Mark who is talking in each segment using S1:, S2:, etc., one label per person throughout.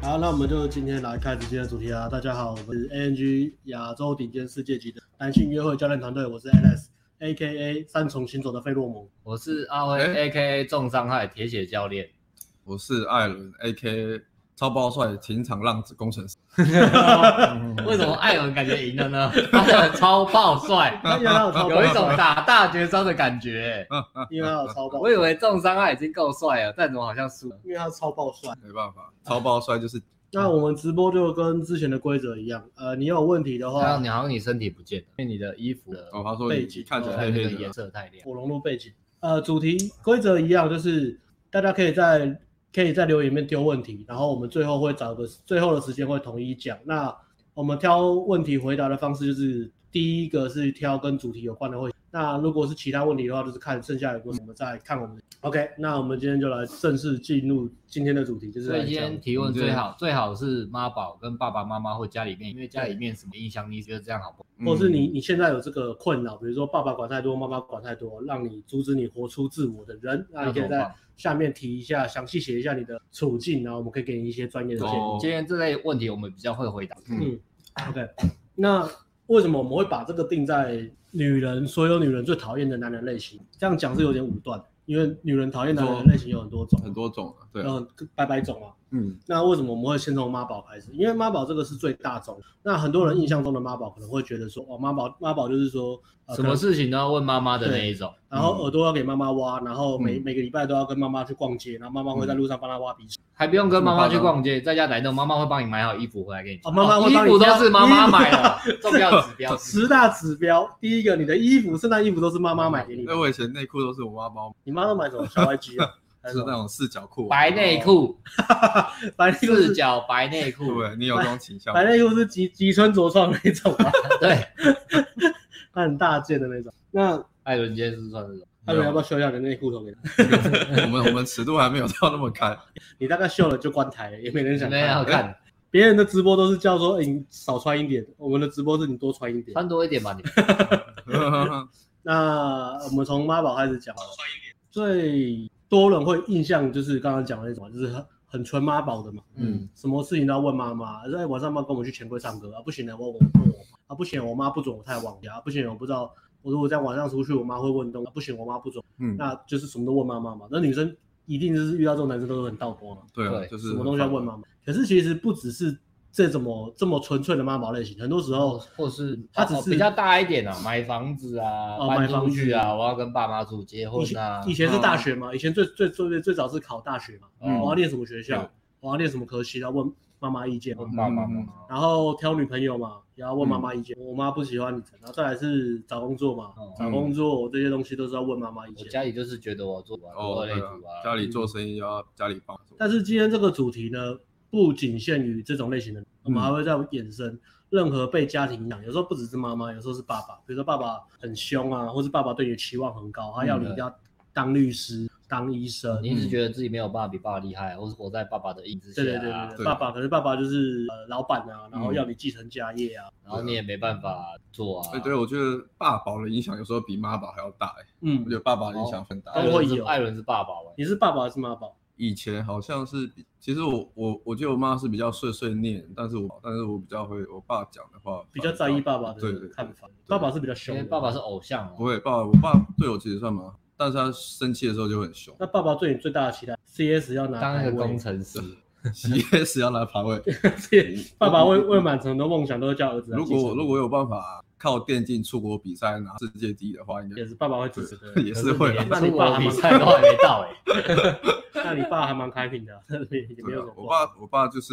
S1: 好，那我们就今天来开始今天的主题啊啦。大家好，我们是 ANG 亚洲顶尖世界级的男性约会教练团队，我是 Alex，A.K.A 三重行走的费洛 蒙。
S2: 我是阿辉
S3: 哎
S2: ，A K A 重伤害铁血教 练。
S3: 我是艾伦，A.K. 超爆帅情场浪子工程师。
S2: 为什么艾伦感觉赢了 呢？他真的超爆帅，
S1: 他原来有 超爆，
S2: 有一种啊打大绝招的感觉、
S1: 因为他有超爆，
S2: 我以为重伤害已经够帅了，但怎么好像输了？
S1: 因为他超爆帅。
S3: 没办法，超爆帅就是
S1: 那我们直播就跟之前的规则一样，呃，你有问题的
S2: 还有
S1: 话，
S2: 啊你好像你身体不见了，因为你的衣服的
S3: 哦，他说
S1: 背
S3: 你
S1: 景
S3: 看起来
S2: 还
S3: 黑
S2: 有那
S3: 黑
S2: 个颜
S3: 的，
S2: 色太亮。
S1: 我融入背景。呃，主题规则一样，就是大家可以在可以在留言里面丢问题，然后我们最后会找个最后的时间会统一讲。那我们挑问题回答的方式就是第一个是挑跟主题有关的问题，那如果是其他问题的话，就是看剩下有没有我们再看我们。OK，那我们今天就来正式进入今天的主题，就是
S2: 所
S1: 来
S2: 以今天
S1: 讲
S2: 提问最好最好是妈宝跟爸爸妈妈或家里面，因为家里面什么影响，你觉得这样好不好？
S3: 嗯
S1: 或是你你现在有这个困扰，比如说爸爸管太多，妈妈管太多，让你阻止你活出自我的人，那你可以在下面提一下，详细写一下你的处境，然后我们可以给你一些专业的建议。
S3: 哦
S2: 今天这类问题我们比较会回答。
S3: 嗯
S1: 嗯，OK，那为什么我们会把这个定在女人所有女人最讨厌的男人类型？这样讲是有点武断，因为女人讨厌男人的类型有很多种，
S3: 很多种啊，对
S1: 有
S3: 啊，
S1: 很百百种啊。
S3: 嗯，
S1: 那为什么我们会先从妈宝开始？因为妈宝这个是最大众，那很多人印象中的妈宝可能会觉得说，哦，妈宝妈宝就是说、呃、
S2: 什
S1: 可能
S2: 么事情都要问妈妈的那一种，
S1: 然后耳朵要给妈妈挖，然后每、
S3: 嗯
S1: 每个礼拜都要跟妈妈去逛街，然后妈妈会在路上帮她挖鼻屎。
S2: 还不用跟妈妈去逛街，在家打电动，妈妈会帮你买好衣服回来给你
S1: 哦
S2: 穿。
S1: 妈妈会
S2: 衣
S1: 帮你
S2: 服都
S1: 挑
S2: 是妈妈买的，重要指标。
S1: 十大指标，第一个，你的衣服，圣诞衣服都是妈妈买给你的
S3: 那，呃我以前内裤都是我妈帮我
S1: 你妈都买什么小 YG 啊？还
S3: 买，
S1: 是什
S3: 是那
S1: 么
S3: 种四角裤，啊
S2: 白内 裤，
S1: 白内裤
S2: 四
S1: 是
S2: 角白内
S3: 对不
S2: 裤，
S3: 对？你有这种倾向吗？
S1: 白内裤是吉吉村着创那种啊，
S2: 对。
S1: 它很大件的那种。那
S2: 艾伦今天是算这种，
S1: 他们要不要修一下你的内裤头给他？
S3: 我们我们尺度还没有到那么开，
S1: 你大概秀了就关台了，也没人想
S2: 没人要
S1: 看。
S2: 看，
S1: 别人的直播都是叫说，哎、你少穿一点，我们的直播是你多穿一点。
S2: 穿多一 点吧你。
S1: 那我们从妈宝开始讲好了，最多人会印象就是刚刚讲的那种，就是很很纯妈宝的嘛，
S2: 嗯，
S1: 什么事情都要问妈妈。哎，晚上要不要跟我们去钱柜唱歌啊？不行的，我我问我妈啊，不行，我妈不准我太晚回啊家，不行，我不知道。我如果在晚上出去，我妈会问东，啊、不行，我妈不准，
S3: 嗯，
S1: 那就是什么都问妈妈嘛。那女生一定就是遇到这种男生都是很倒波嘛，
S3: 对啊
S2: 对，
S3: 就是
S1: 什么东西要问妈妈。可是其实不只是这怎么这么纯粹的妈宝类型，很多时候
S2: 或或是
S1: 嗯他只是
S2: 哦比较大一点啊，买房子啊，
S1: 哦
S2: 搬
S1: 买房
S2: 出
S1: 子
S2: 去啊，我要跟爸妈住，结婚
S1: 以前
S2: 啊
S1: 以，前是大学嘛，以前最最最最早是考大学嘛，
S2: 嗯
S1: 我要念什么学校
S3: 对，
S1: 我要念什么科系，要问妈妈意见嘛。
S2: 问爸妈
S3: 嗯
S2: 嘛。
S1: 然后挑女朋友嘛，也要问妈
S2: 嗯
S1: 妈意见。我妈不喜欢你，然后再来是找工作嘛，
S2: 哦
S1: 找工作这些东西都是要问妈妈意
S2: 我
S1: 见。
S2: 家里就是觉得我做完
S3: 哦，
S2: 二类
S3: 对
S2: 组
S3: 啊，
S2: 啊，
S3: 家里做生意要家里帮，
S1: 但是今天这个主题呢，不仅限于这种类型的人，
S2: 嗯
S1: 我们还会再衍生任何被家庭影响，有时候不只是妈妈，有时候是爸爸。比如说爸爸很凶啊，或是爸爸对你的期望很高，他要你一定要当律师、当医生。
S2: 嗯哦你一直觉得自己没有办法比爸爸厉害，或是活在爸爸的影子下
S1: 对
S2: 啊，
S1: 对对对对，
S3: 对嗯
S1: 爸爸可是爸爸就是呃老板啊，然后要你继承家业啊，
S2: 然后你也没办法做啊。
S3: 哎，对，我觉得爸宝的影响有时候比妈宝还要大，哎，
S1: 嗯
S3: 我觉，得爸爸的影响很大。
S2: 艾
S1: 都会
S2: 伦是
S1: 有
S2: 艾伦是爸爸喂，
S1: 你是爸爸还是妈宝？
S3: 以前好像是比，其实我我我觉得我妈是比较碎碎念，但是我但是我比较会，我爸讲的话
S1: 比较在意爸爸
S3: 对
S1: 的
S3: 对
S1: 看法，爸爸是比较
S2: 因
S1: 凶
S2: 为
S1: 的，
S2: 爸爸是偶像
S3: 不
S2: 哦。
S3: 会，啊爸我爸对我其实算蛮好，但是他生气的时候就 很凶
S1: 那爸爸对你最大的期待，CS 要拿
S2: 当一
S1: 排
S2: 个
S1: 位
S2: 工程 师，
S3: ，CS 要来排位。
S1: ，CS 爸爸为为满成的梦想都是叫儿子来
S3: 如
S1: 继承。
S3: 果我如果有办法靠电竞出国比赛拿世界第一的话，应该
S1: 也是爸爸会支持的，
S3: 也是会啦。
S1: 那
S2: 可
S1: 你
S2: 是
S1: 爸还
S2: 我
S1: 蛮
S2: 比赛都还没到 哎。
S1: 那你爸还蛮开明的， 也没
S3: 对
S1: 有
S3: 啊
S1: 什么，
S3: 我
S1: 不好。
S3: 爸我爸就是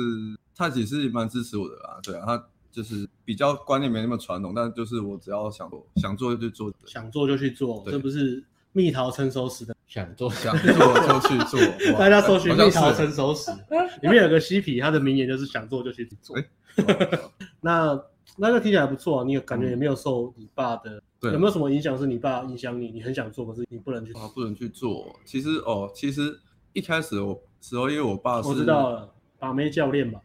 S3: 他其实蛮支持我的啦，对啊，他就是比较观念没那么传统，但就是我只要想做想做就做，
S1: 想做就去做，
S3: 对
S1: 这不是蜜桃成熟时的。
S2: 想做
S3: 想做就去做。哇
S1: 大家搜寻
S3: 好
S1: 《蜜
S3: 像是
S1: 桃成熟史》，里面有个嬉皮，他的名言就是想做就去做。
S3: 哎
S1: 那那个听起来不错、啊，你有感觉也没有受你爸的，
S3: 嗯对
S1: 有没有什么影响？是你爸影响你，你很想做，可是你不能去。
S3: 啊，不能去做。其实哦，其实一开始我时候，因为我爸是，
S1: 我知道了，把妹教练吧，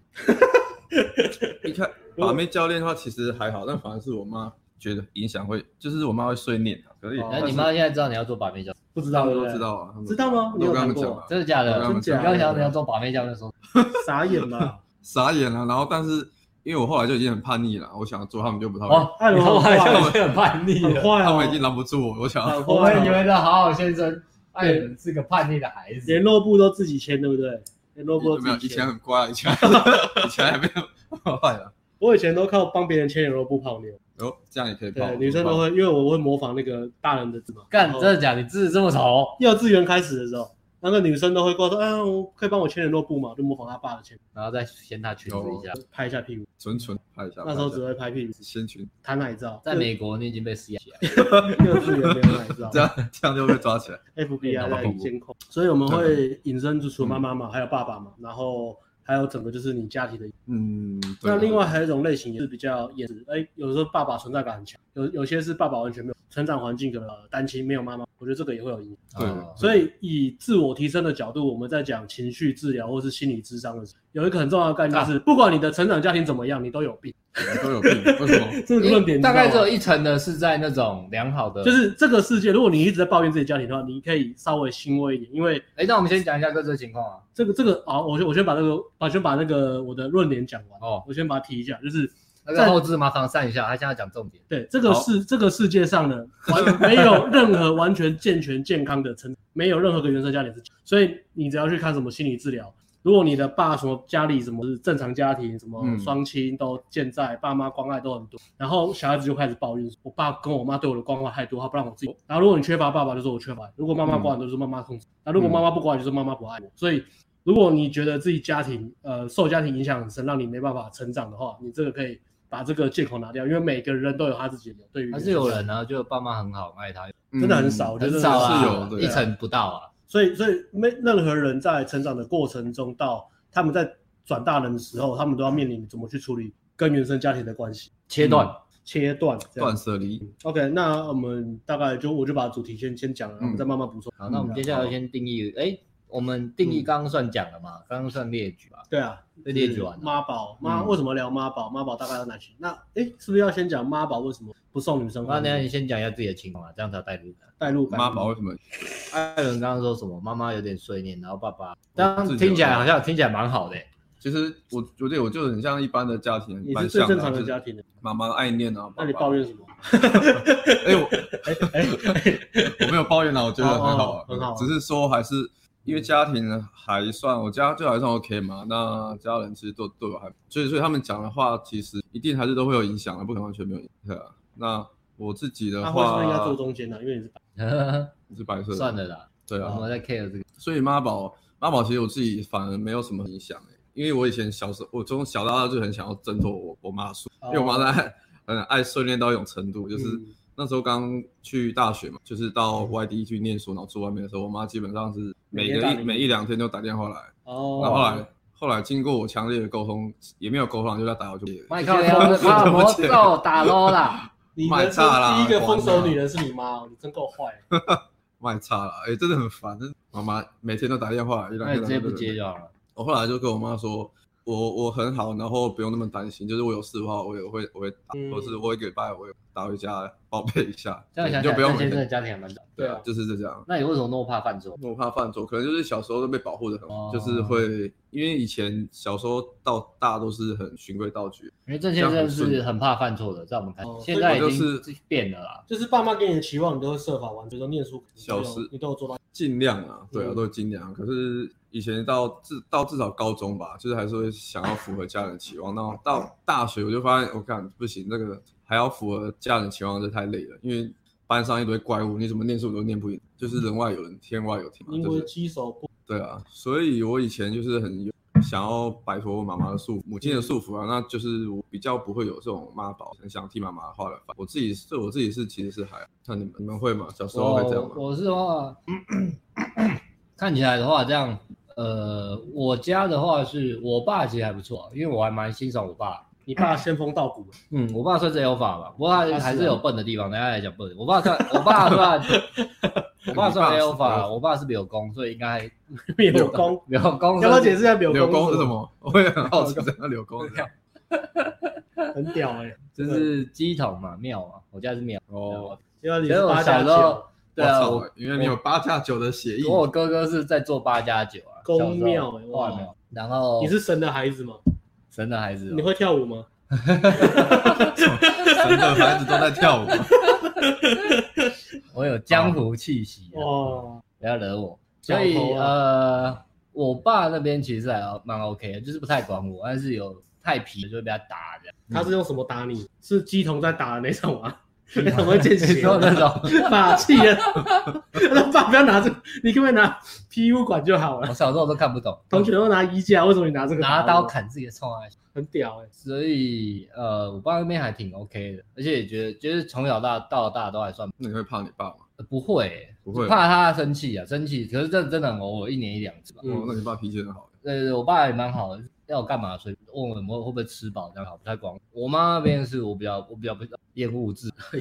S3: 一开把妹教练的话，其实还好，但反而是我妈觉得影响会，就是我妈会碎念啊，可以。
S1: 哦
S2: 然后
S3: 但是
S2: 哎你妈现在知道你要做把妹教，
S1: 不知
S3: 他
S1: 道
S3: 们
S1: 对不
S3: 都
S1: 对？
S3: 知道啊，他们
S1: 知道吗
S3: 我
S1: 你有
S3: 跟
S1: 谈
S3: 他们
S1: 过
S3: 讲啊，
S2: 真的假的？
S3: 我跟他们
S2: 你
S1: 讲
S2: 刚想你要做把妹教练说，
S1: 傻眼吧？
S3: 傻眼了、然后但是因为我后来就已经很叛逆了，我想做他们就不太会，
S2: 哦，
S1: 艾伦
S2: 你后来
S1: 很快
S2: 就是很叛逆
S1: 很
S2: 了。
S1: 快
S3: 他
S1: 哦
S3: 们已，经拦不住我，我想
S1: 很
S2: 我们以
S1: 快哦，
S2: 为的好好先生，艾伦是个叛逆的孩子
S1: 联。络部都自己签，对不对？联络部 都
S3: 没有
S1: 自
S3: 以
S1: 己
S3: 前
S1: 签，
S3: 很乖啊，以前 以前还没有 坏了。
S1: 我以前都靠帮别人签联络部泡妞，
S3: 哦，这样也可以泡
S1: 对，，女生都会，因为我会模仿那个大人的字嘛。
S2: 干
S1: 然，后
S2: 真的假的？你字这么丑？
S1: 幼稚园开始的时候，那个女生都会过来说：“啊，我可以帮我签联络簿吗？”就模仿她爸的签，
S2: 然后再掀他裙子一下。
S1: 拍一下屁股。
S3: 纯纯拍一下。
S1: 那时候只
S3: 拍一下
S1: 会拍屁股，
S3: 先群，
S1: 谈奶照。
S2: 在美国，你已经被吸起来了。
S1: 幼稚园没有奶照
S3: 这样啊这样就被抓起来。
S1: ，FBI
S3: 脑
S1: 在
S3: 恐怖
S1: 监控，所以我们会引申就除了妈妈嘛，还有爸爸嘛，然后还有整个就是你家庭的。
S3: 嗯，对
S1: 那另外还有一种类型也是比较也是，哎，有时候爸爸存在感很强，有有些是爸爸完全没有成长环境的单亲没有妈妈，我觉得这个也会有影响。
S3: 对
S2: 哦
S1: 所以以自我提升的角度，我们在讲情绪治疗或是心理智商的时候，有一个很重要的概
S2: 啊
S1: 念就是，不管你的成长家庭怎么样，你都有病。
S3: 都有病，为什么？
S1: 这个论点你知道吗
S2: 大概只有一层的是在那种良好的，
S1: 就是这个世界，如果你一直在抱怨自己家庭的话，你可以稍微欣慰一点，因为
S2: 哎，那我们先讲一下各自的情况啊。
S1: 这个这个啊，我先我先把那个把先把那个我的论点讲完，
S2: 哦
S1: 我先把它提一下，就是
S2: 那个后置麻烦上一下，他现在讲重点。
S1: 对这个
S3: 好
S1: 世这个世界上呢，完没 有任何完全健全健康的成，没有任何个原生家庭是，所以你只要去看什么心理治疗，如果你的爸什么家里什么是正常家庭，什么
S3: 嗯
S1: 双亲都健在，爸妈关爱都很多，然后小孩子就开始抱怨，我爸跟我妈对我的关怀太多，他不让我自己。然后如果你缺乏爸爸，就说我缺乏；如果
S3: 嗯
S1: 妈妈管，就说妈妈控制；那、如
S2: 嗯
S1: 果妈妈不管，就说妈妈不爱我。所以如果你觉得自己家庭呃受家庭影响很深，让你没办法成长的话，你这个可以把这个借口拿掉，因为每个人都有他自己的对于
S2: 还是有人呢，就爸妈很好，很爱他，
S1: 真
S3: 嗯
S1: 的很少，我觉得
S2: 很
S1: 真的
S2: 少
S3: 是
S2: 啊
S3: 有，对啊
S2: 一层不到啊。
S1: 所以，所以没任何人在成长的过程中，到他们在转大人的时候，他们都要面临怎么去处理跟原生家庭的关系
S2: 切
S3: 嗯
S2: 断，
S1: 切断。这样
S3: 断舍离。
S1: OK，那我们大概就我就把主题先先
S2: 嗯
S1: 讲了，然后我们再慢慢补充。
S2: 好，那我
S3: 嗯
S2: 们接下来先定义，哎，我们定义刚刚算讲了嘛，刚刚算列举吧，
S1: 对啊，
S2: 被列举完了。
S1: 妈宝妈
S3: 嗯
S1: 为什么聊妈宝？妈宝大概有哪些？那哎，是不是要先讲妈宝为什么不送女生
S2: 那
S3: 嗯
S1: 红包？
S2: 那你先讲一下自己的情况啊，这样才带入的。
S1: 带入感
S3: 妈宝为什么？
S2: 艾伦刚刚说什么？妈妈有点碎念，然后爸爸，当听起来
S3: 啊
S2: 好像听起来蛮好的、
S3: 其实我觉得我就很像一般的家庭，
S1: 也是
S3: 蛮
S1: 最
S3: 像
S1: 正常的
S3: 就是
S1: 家庭的。
S3: 妈妈爱念啊，
S1: 那你
S3: 爸爸
S1: 抱怨什么？
S3: 哎、我
S1: 哎哎，哎
S3: 我没有抱怨啦，我觉得很好
S1: 哦
S3: 啊，
S1: 哦很好啊
S3: 只是说还是因为家庭还算，我家就还算 OK 嘛。那家人其实都对我还，所以所以他们讲的话，其实一定还是都会有影响的，不可能完全没有影响。对啊那我自己 的
S1: 那会
S3: 话，
S1: 说应该坐中间啊的，因为你是白
S3: 是白色的，
S2: 欸算了啦，
S3: 对
S2: 我
S3: 啊。
S1: 哦
S2: 们在 care 这个。
S3: 所以妈宝妈宝，其实我自己反而没有什么影响、欸、因为我以前小时候，我从小到大就很想要挣脱我我妈的束
S1: 哦
S3: 缚，因为我妈在很爱训练到一种程度，就是。
S1: 嗯
S3: 那时候刚去大学嘛，就是到外地去念书，然后住外面的时候，我妈基本上是每
S1: 每天
S3: 个
S1: 打
S3: 一
S1: 你
S3: 每一两天就打电话来，
S1: 哦，
S3: 然后后来后来经过我强烈的沟通，也没有沟通，就在打啊我就灭了。
S2: 麦克风把魔咒打 low 啦，
S1: 你
S3: 买
S1: 人生
S3: 炸啦
S1: 第一个分手
S3: 管啊
S1: 女人是你妈哦，你真够坏。
S3: 卖差了，哎、真的很烦。真的妈妈每天都打电话，一两
S2: 那
S3: 天
S2: 你直接不
S3: 打电
S2: 接
S3: 话
S2: 就好了。
S3: 我后来就跟我妈说，我我很好，然后不用那么担心，就是我有事的话，我也会我会打，
S1: 嗯
S3: 或是我一个礼拜我也打回家报备一下，
S2: 这样想起
S3: 啊你就
S2: 来，
S3: 不用
S2: 郑
S3: 每
S2: 先生的
S3: 天
S2: 家庭还蛮大。
S1: 对啊，
S3: 就是这样。
S2: 那你为什么那么怕犯错？
S3: 我怕犯错，可能就是小时候都被保护的很好，
S2: 哦
S3: 就是会因为以前小时候到大都是很循规蹈矩，
S2: 因为郑先生是很怕犯错的，在我们看
S1: 哦，
S2: 现在已
S3: 所以我
S2: 经
S3: 就是
S2: 变了啦。
S1: 就是爸妈给你的期望，你都会设法完，比如说念书，你都有
S3: 小事啊
S1: 你都有做到。
S3: 尽量啊，对啊，
S1: 嗯
S3: 都尽量。可是以前到至到至少高中吧，就是还是会想要符合家人的期望。那到大学我就发现，我看不行，那个还要符合家人的期望，这太累了，因为班上一堆怪物，你怎么念书都念不赢，就是人外有人，天外有天嘛，
S1: 因
S3: 就
S1: 为
S3: 是
S1: 鸡手不
S3: 对啊，所以我以前就是很有想要摆脱妈妈的束缚、母亲的束缚啊，那就是我比较不会有这种妈宝，很想替妈妈花了饭。我自己对我自己是其实是还看你们，你们会吗？小时候会这样
S1: 哦
S2: 我
S3: 吗？
S2: 我是的话，看起来的话，这样，呃，我家的话是我爸其实还不错，啊因为我还蛮欣赏我爸。
S1: 你爸仙风道骨，
S2: 嗯，我爸算是 alpha 吧，不过
S1: 他是啊
S2: 他还是有笨的地方。等一下来讲笨，我爸算，我爸 算，我爸算
S3: 你爸是
S2: alpha，我爸是柳工，所以应该
S1: 柳公，
S2: 柳
S1: 要
S2: 工算
S1: 不
S2: 是。
S1: 要解释一下 柳
S3: 柳
S1: 公
S3: 工是什？么？我也很好奇，怎样柳工是这样？
S1: 很屌哎，
S2: 就是鸡桶嘛，庙嘛，我家是庙。
S3: 哦，
S1: 因为你
S2: 其实
S1: 是
S2: 我
S1: 八
S2: 小
S1: 加
S2: 时候
S1: 九，
S2: 对
S3: 我
S2: 啊，
S3: 操
S2: 我
S3: 因为你有八加九的协议，
S2: 我我哥哥是在做八加九啊，
S1: 公庙
S2: 小时候
S1: 哇
S2: 后来没有然后
S1: 你是神的孩子吗？
S2: 神的孩子
S1: 你
S2: 哦，
S1: 会跳舞吗？
S3: 神的孩子都在跳舞。
S2: 我有江湖气息、啊，
S1: 哦，
S2: 不要惹我。
S1: 江
S2: 所
S1: 湖
S2: 以
S1: 啊
S2: 呃，我爸那边其实还蛮 OK 的，就是不太管我，但是有太皮的就会被他打 这样。
S1: 他是用什么打你？是鸡童在打的那种吗？那种会见
S2: 你
S1: 血啊
S2: 说那
S1: 的
S2: 种，
S1: 法器啊！那爸不要拿这个，你可不可以拿 PU 管就好了？
S2: 我小时候都看不懂，
S1: 同学都拿衣架，为什么你拿这个？
S2: 拿刀，砍自己的冲啊！
S1: 很屌哎！
S2: 所以呃，我爸那边还挺 OK 的，而且也觉得就是从小到到大都还算
S3: 那你会怕你爸吗？
S2: 呃不会欸、
S3: 不会哦
S2: 怕他生气啊，生气。可是这真的很偶尔，一年一两次吧。
S1: 嗯
S3: 哦，那你爸脾气很好。
S2: 呃，我爸也蛮好的，要我干嘛所以问我有没有会不会吃饱这样好，不太管我。我妈那边是我比较我比 较不厌恶自己，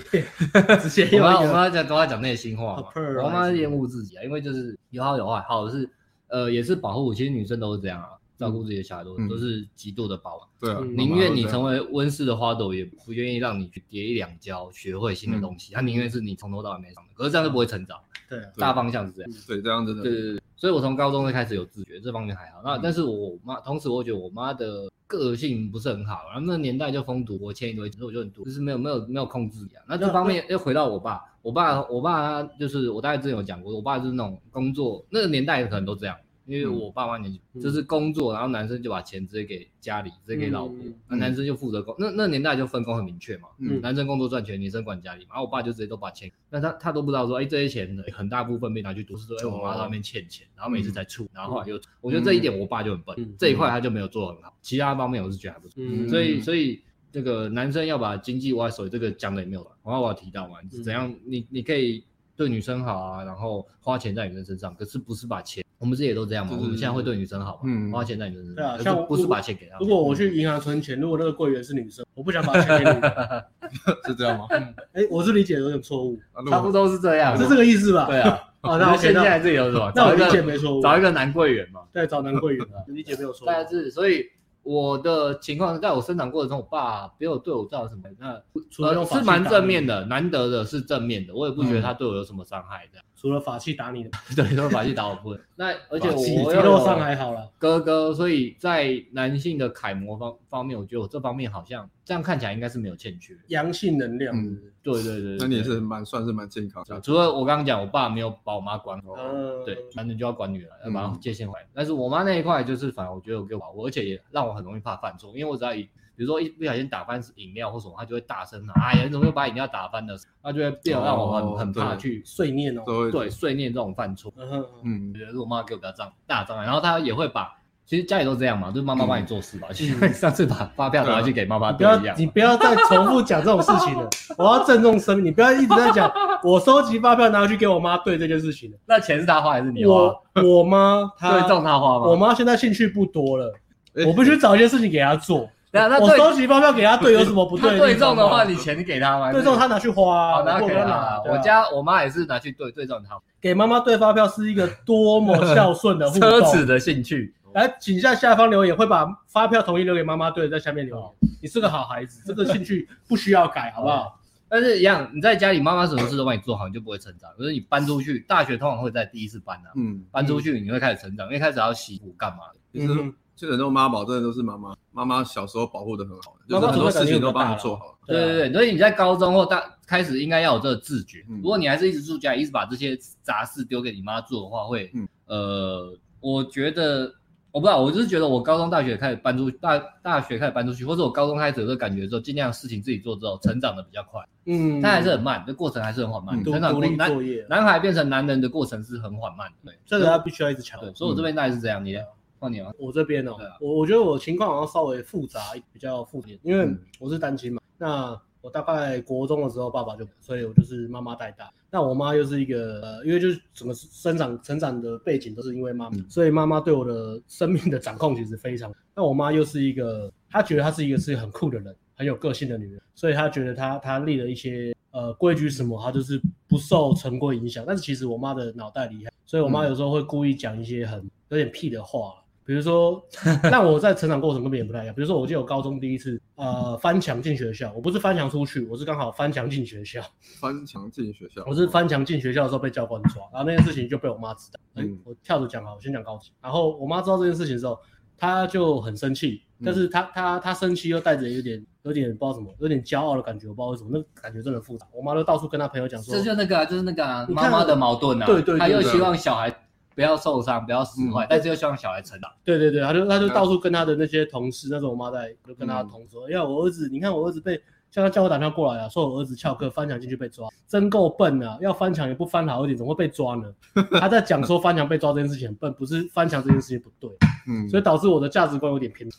S1: 直接用
S2: 我妈我
S1: 一个
S2: 妈在跟她讲内心话
S1: 好
S2: 嘛，
S1: ，purr
S2: 我妈
S1: 还
S2: 是
S1: 是
S2: 厌恶自己啊，因为就是有好有坏，好的是呃也是保护，其实女生都是这样啊。照顾自己的小孩都、
S3: 嗯
S2: 都是极度的保护，
S3: 对啊，
S1: 嗯
S2: 宁愿你成
S3: 为
S2: 为温室的花朵，也不愿意让你去跌一两跤，学会
S1: 嗯
S2: 新的东西。她宁愿是你从头到尾没上的，可是这样就不会成长。
S1: 对啊，
S3: 对
S2: 大方向是这样。
S3: 对这样真的
S2: 对对对，所以我从高中就开始有自觉，这方面还好。
S1: 嗯
S2: 那但是我妈，同时我觉得我妈的个性不是很好，然后那个年代就封赌博、欠一堆钱，所以我就很多，就是没有没有没有控制力啊。那这方面又回到我爸，我爸我爸他就是我大概之前有讲过，我爸就是那种工作那个年代可能都这样。因为我爸妈年纪
S1: 嗯
S2: 就是工作，然后男生就把钱直接给家里，直接给老婆
S1: 嗯嗯，
S2: 那男生就负责工。那那年代就分工很明确嘛，
S3: 嗯
S2: 男生工作赚钱，女生管家里嘛。然后啊我爸就直接都把钱，那他他都不知道说，哎、这些钱很大部分被拿去读书，说哎、我妈在那边欠钱，然后每次才出，然后后来又出，我觉得这一点我爸就很笨，
S1: 嗯
S2: 这一块他就没有做得很好，其他方面我是觉得还不错。
S1: 嗯，
S2: 所以所以这个男生要把经济握在手里，这个讲的也没有了。然后我有提到嘛，
S1: 嗯
S2: 怎样你你可以对女生好啊，然后花钱在女生身上，可是不是把钱，我们自己也都这样嘛，
S3: 就是
S2: 我们现在会对女生好嘛，
S3: 嗯
S2: 花钱在女生身
S1: 对啊
S2: 上，可
S1: 像
S2: 是
S1: 我
S2: 不是把钱给她。
S1: 如果我去银行存钱，如果那个柜员是女生，我不想把钱给你。
S3: 是这 样吗？
S1: 哎，我是理解的有点错误，
S3: 啊如果
S2: 差不多是这样，
S1: 是这个意思吧？
S2: 对啊。
S1: 哦，那
S2: 我现
S1: OK，
S2: 在
S1: 那
S2: 这里有什么？
S1: 那我
S2: 找一
S1: 理解
S2: 个
S1: 没错误。
S2: 找一个男柜员嘛，
S1: 对，找男柜员 啊，理解没有错误。
S2: 但是，所以我的情况是在我生长过程中，我爸没有对我造成什么，那
S1: 除了用
S2: 呃
S1: 法
S2: 是
S1: 器
S2: 蛮
S1: 打
S2: 正
S1: 你
S2: 面，的，难得的是正面的，我也不觉得他
S1: 嗯
S2: 对我有什么伤害的。
S1: 除了法器打你的，
S2: 对，用法器打我不会。那而且
S1: 法器
S2: 我
S1: 肌肉
S2: 又
S1: 上
S2: 有
S1: 还好啦。
S2: 哥哥，所以在男性的楷模方方面，我觉得我这方面好像这样看起来应该是没有欠缺。
S1: 阳性能量。
S3: 嗯
S2: 对对对对
S3: 那你也是蛮算是蛮健康
S2: 对
S3: 的。
S2: 除了我刚刚讲，我爸没有把我妈管好。
S1: 嗯，
S2: 对，男人就要管女人，要把界限回来。但是我妈那一块就是，反而我觉得有给我把握，而且也让我很容易怕犯错，因为我只要一，比如说一不小心打翻饮料或什么，她就会大声喊：“哎呀，你怎么又把饮料打翻了？”她就会变得让我很、
S3: 哦
S2: 很怕
S3: 对
S2: 去
S1: 碎念哦。
S3: 都会
S2: 对碎念这种犯错。
S1: 嗯哼，
S3: 嗯
S2: 我，觉得是我妈给我比较障大障碍，然后她也会把。其实家里都这样嘛，就是妈妈帮你做事嘛， 就
S1: 嗯
S2: 像上次把发票拿去给妈妈
S1: 你不
S2: 对
S1: 要
S2: 一
S1: 嗯啊
S2: 样啊
S1: 你
S2: 嘛。
S1: 不要再重复讲这种事情了，我要郑重声明，你不要一直在 讲我收集发票拿去给我妈对这件事情了。
S2: 那钱是她花还是你花？
S1: 我我 妈
S2: 啊对，啊
S1: 她
S2: 中她花吗？
S1: 我妈现在兴趣不多了，
S3: 哎
S1: 嗯我必须找一些事情给她 做。
S2: 对啊，那
S1: 我
S2: 对
S1: 收集发票给她对有什么不
S2: 她
S1: 对？
S2: 对中的话，你钱你给她吗？
S1: 对中她拿去花啊，
S2: 好，拿
S1: 我
S2: 给
S1: 不要
S2: 他。
S1: 拿。对啊
S2: 我家我妈也是拿去对对撞他，
S1: 给妈妈对发票是一个多么孝顺的互动。
S2: 奢侈的兴趣。
S1: 来，请下下方留言，会把发票统一留给妈妈对，在下面
S2: 哦
S1: 留言。你是个好孩子，这个兴趣不需要改，好不好？
S2: 但是一样，你在家里妈妈什么事都帮你做好，你就不会成长。可是你搬出去，大学通常会在第一次搬啊，
S3: 嗯，
S2: 搬出去你会开始成长，因为开始要洗补干嘛的。
S3: 其实
S1: 嗯哼
S3: 其实很多妈宝真的都是妈妈，妈妈小时候保护的很好，就
S1: 妈
S3: 是
S1: 妈
S3: 很多
S1: 存在感也
S3: 事情
S1: 比较
S3: 都帮
S1: 大
S3: 你
S1: 啦
S3: 做好了。
S1: 啊
S2: 对对对，所以你在高中或大开始应该要有这个自觉。
S3: 嗯
S2: 如果你还是一直住家里，一直把这些杂事丢给你妈做的话，会，
S3: 嗯
S2: 呃，我觉得我不知道，我就是觉得我高中、大学开始搬出大大学开始搬出去，或者我高中开始有这个感觉之后，尽量事情自己做之后，成长的比较快。
S1: 嗯
S2: 但还是很慢，这过程还是很缓慢。
S3: 嗯
S1: 独
S2: 成长
S1: 独
S2: 过
S1: 立
S2: 男
S1: 作业，
S2: 男孩变成男人的过程是很缓慢的，对，
S1: 这个他必须要一直强。
S2: 对，所以我这边
S1: 嗯
S2: 大概是这样，你呢换你啊，
S1: 我这边哦
S2: 对啊，
S1: 我我觉得我情况好像稍微复杂，比较复杂，因为
S3: 嗯
S1: 我是单亲嘛。那我大概国中的时候，爸爸就，所以我就是妈妈带大。那我妈又是一个，呃因为就是整个生长成长的背景都是因为妈妈，
S3: 嗯
S1: 所以妈妈对我的生命的掌控其实非常。那我妈又是一个，她觉得她是一个是很酷的人，很有个性的女人，所以她觉得她她立了一些呃规矩什么，她就是不受陈规影响。但是其实我妈的脑袋厉害，所以我妈有时候会故意讲一些很有点屁的话。比如说， 让我在成长过程跟别人不太一样。比如说，我记得我高中第一次，呃，翻墙进学校，我不是翻墙出去，我是刚好翻墙进学校。
S3: 翻墙进学校，
S1: 我是翻墙进学校的时候被教官抓，然后那件事情就被我妈知道。哎、
S3: 嗯
S1: 我跳着讲好，我先讲高级。然后我妈知道这件事情之后，他就很生气，
S3: 嗯
S1: 但是他他他生气又带着有点有点不知道什么，有点骄傲的感觉，我不知道为什么，那个感觉真的很复杂。我妈都到处跟她朋友讲说
S2: 这，就那个啊，就是那个啊
S1: 你
S2: 妈
S1: 看
S2: 妈的矛盾啊，
S1: 对对对
S2: 她又
S3: 对
S2: 希望小孩不要受伤，不要使坏，
S3: 嗯
S2: 但是又希望小孩成长。
S1: 对对对，她就她就
S3: 那
S1: 到处跟她的那些同事，那时候我妈在就跟她
S3: 嗯
S1: 同事说，哎呀、我儿子，你看我儿子被。叫他叫我打电话过来啊，说我儿子翘课翻墙进去被抓，真够笨啊！要翻墙也不翻好一点，怎么会被抓呢？他在讲说翻墙被抓这件事情很笨，不是翻墙这件事情不对，
S3: 嗯，
S1: 所以导致我的价值观有点偏差。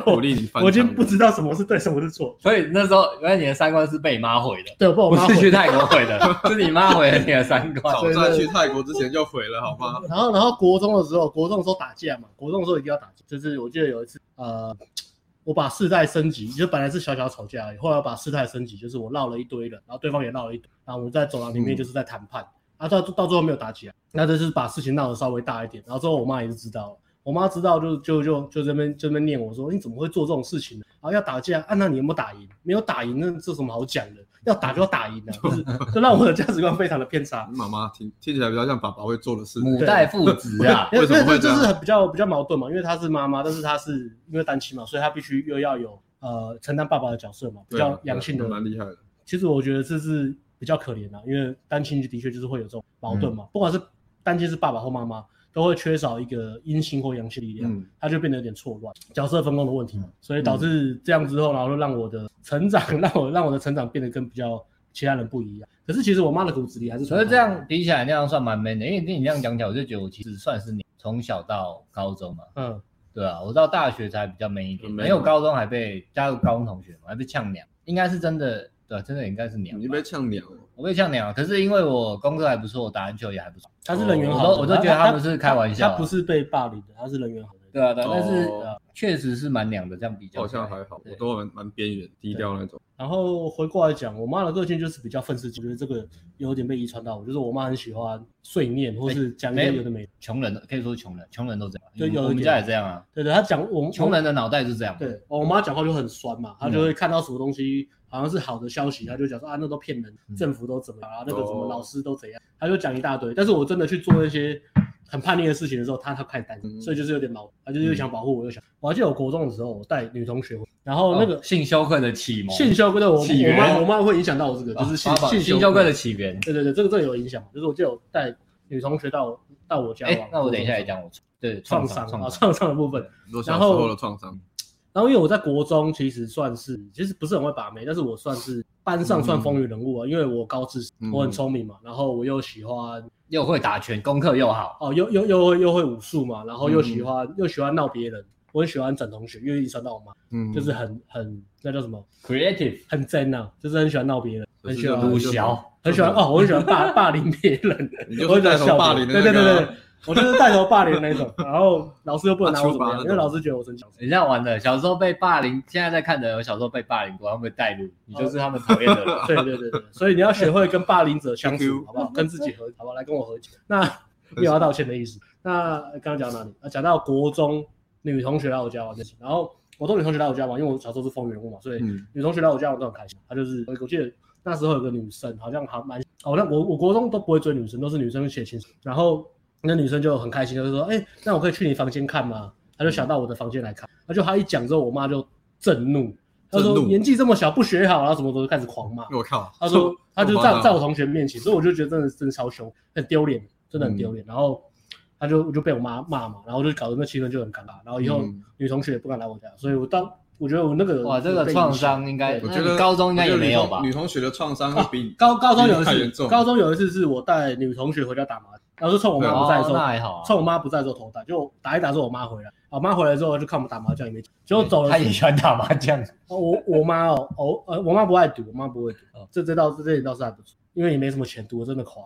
S3: 鼓励你翻墙。
S1: 我已经不知道什么是对，什么是错。
S2: 所以那时候，原来你的三观是被你妈毁的，
S1: 对，我被我
S2: 不
S1: 妈
S2: 是去
S1: 回。
S2: 泰国 毁的，是你妈毁了你的三观。
S3: 早啊在去泰国之前就毁了，好吗？
S1: 然后，然后国中的时候，国中的时候打架嘛，国中的时候一定要打架。就是我记得有一次，呃，我把世代升级，就本来是小小吵架而已，后来我把世代升级，就是我闹了一堆人，然后对方也闹了一堆，然后我们在走廊里面
S3: 嗯
S1: 就是在谈判，啊，到到最后没有打起来，那这就是把事情闹得稍微大一点。然后之后我妈也是知道了。我妈知道就就就就这边就这边念我说你怎么会做这种事情呢？然后要打架，啊，那你有没有打赢？没有打赢，那这有什么好讲的？要打就要打赢啊，就是就让我的价值观非常的偏差。
S3: 妈妈听听起来比较像爸爸会做的事。
S2: 母代父职 啊，
S1: 因为
S3: 为什
S1: 这
S3: 么会
S1: 这
S3: 这样
S1: 是很比较比较矛盾嘛，因为她是妈妈，但是她是因为单亲嘛，所以她必须又要有呃承担爸爸的角色嘛，比
S3: 对啊
S1: 较良性的。
S3: 蛮厉害的。
S1: 其实我觉得这是比较可怜的、啊因为单亲的确就是会有这种矛盾
S3: 嗯
S1: 嘛，不管是单亲是爸爸或妈妈，都会缺少一个阴性或阳性力量，
S3: 嗯
S1: 他就变得有点错乱，角色分工的问题嘛，所以导致这样之后，然后就让我的成长，让我让我的成长变得跟比较其他人不一样。可是其实我妈的骨子里还是存
S2: 所
S1: 在
S2: 以这样比起来，那样算蛮 man 的。因为跟你这样讲起来，我就觉得我其实算是你从小到高中嘛，
S1: 嗯，
S2: 对啊，我到大学才比较 man 一点，
S3: 嗯
S2: 没有高中还被加入高中同学嘛，还被呛娘，应该是真的，对啊、真的应该是娘吧。
S3: 你被呛娘了，
S2: 我被呛娘，可是因为我功课还不错，我打篮球也还不错。
S1: 她是人缘
S3: 哦
S1: 好的
S2: 我都我都觉得
S1: 她
S2: 他们是开玩笑啊
S1: 她不是被霸凌的，她是人缘好的。
S2: 对啊，对啊，但是
S3: 哦
S2: 呃确实是蛮娘的，这样比较
S3: 好
S2: 起来
S3: 像还好，
S2: 对
S3: 我都蛮蛮边缘低调那种。
S1: 然后回过来讲，我妈的个性就是比较愤世嫉俗，我觉得这个有点被遗传到我，就是我妈很喜欢碎念或是讲一
S2: 哎
S1: 些有的没的。
S2: 穷人可以说穷人，穷人都这样，
S1: 对有一
S2: 我们
S1: 点
S2: 我们家也这样啊，
S1: 对对，她讲我们
S2: 穷人嗯的脑袋就这样。
S1: 对我妈讲话就很酸嘛，她就会看到什么东西好像是好的消息，她就讲说啊那都骗人，
S2: 嗯
S1: 政府都怎么样啊，那个什么
S3: 哦
S1: 老师都怎样，她就讲一大堆。但是我真的去做一些很叛逆的事情的时候，她她开始担心，
S3: 嗯
S1: 所以就是有点矛盾，她就是又想保护我，又想。我还记得我国中的时候，我带女同学回，然后哦那个
S2: 哦性羞愧的启蒙，
S1: 性羞愧的我
S2: 哦起
S1: 我
S2: 源
S1: 妈我妈会影响到我这个，
S2: 啊
S1: 就是性
S2: 爸爸
S1: 性
S2: 性羞愧的起源。
S1: 对对对，这个这个有影响，就是我就有带女同学到我到我家玩
S2: 哎，那我等一下也讲我对
S1: 创伤
S2: 伤
S1: 啊
S2: 创伤，
S1: 创伤的部分。
S3: 你说小时候的创伤，
S1: 然后因为我在国中其实算是其实不是很会把妹，但是我算是班
S2: 嗯
S1: 上算风云人物啊，因为我高智商，
S3: 嗯
S1: 我很聪明嘛，然后我又喜欢
S2: 又会打拳，功课又好，
S1: 哦，又又又会又会武术嘛，然后又喜欢、
S2: 嗯
S1: 又喜欢闹别人，我很喜欢整同学，因为遗传到我妈，
S3: 嗯，
S1: 就是很很那叫什么
S2: creative
S1: 很真啊，就是很喜欢闹别人，很喜欢
S2: 鲁
S3: 就是
S2: 小，
S1: 很喜欢哦，我很喜欢霸霸凌别人，
S3: 你就
S1: 我
S3: 是
S1: 很喜欢
S3: 带头
S1: 笑
S3: 霸
S1: 别
S3: 凌
S1: 人对
S3: 的那
S1: 对对
S3: 个
S1: 对
S3: 啊。，
S1: 我就是带头霸凌的那种，然后老师又不能拿我怎么
S3: 打
S1: 样，
S3: 球
S1: 因
S3: 吧
S1: 为老师觉得我真强。
S2: 你这样玩的，小时候被霸凌，现在在看的人，我小时候被霸凌过，他们被带入，你就是他们讨厌 的人。
S1: 对对对对，所以你要学会跟霸凌者相处，
S3: Q
S1: 好不好？跟自己和好不好？来跟我和 解。那没有要道歉的意思。那刚刚讲到哪里？啊，讲到国中女同学来我家玩的事情，然后我都女同学来我家玩，因为我小时候是风云人物嘛，所以
S3: 嗯，
S1: 女同学来我家我都很开心。她就是我记得那时候有个女生，好像还蛮……好像我我国中都不会追女生，都是女生写情书，然后那女生就很开心，就是说：“哎、那我可以去你房间看吗？”她就想到我的房间来看，她就她一讲之后，我妈就震怒，她说
S3: 震：“怒
S1: 年纪这么小不学好，然后啊什么都开始狂骂。”
S3: 我靠，
S1: 他说他就
S3: 这
S1: 在
S3: 么夸张
S1: 在我同学面前，所以我就觉得真的真的超凶，很丢脸，真的很
S2: 嗯
S1: 丢脸。然后他就我就被我妈骂嘛，然后就搞得那气氛就很尴尬。然后以后
S3: 嗯
S1: 女同学也不敢来我家，所以我当我觉得我那个
S2: 哇，这个创伤应该，
S1: 对
S3: 我
S2: 那
S3: 觉
S2: 你
S3: 得
S2: 高中应该也
S3: 我觉得
S2: 没有
S3: 女同
S2: 吧？
S3: 女同学的创伤会比你
S1: 高高中有一
S3: 太严
S1: 次，
S3: 重
S1: 高中有一次是我带女同学回家打麻将，然后就趁我妈不在的时
S2: 哦
S1: 候，
S2: 那还好啊
S1: 趁我妈不在的时候头打，就打一打之后我妈回来，我妈回来之后就看我们打麻将也没，结果走了
S2: 他也喜欢打麻将，
S1: 哦我我妈哦，哦呃，我妈不爱赌，我妈不会赌
S2: 哦，
S1: 这这倒是这点倒是还不错，因为也没什么钱赌，我真的垮，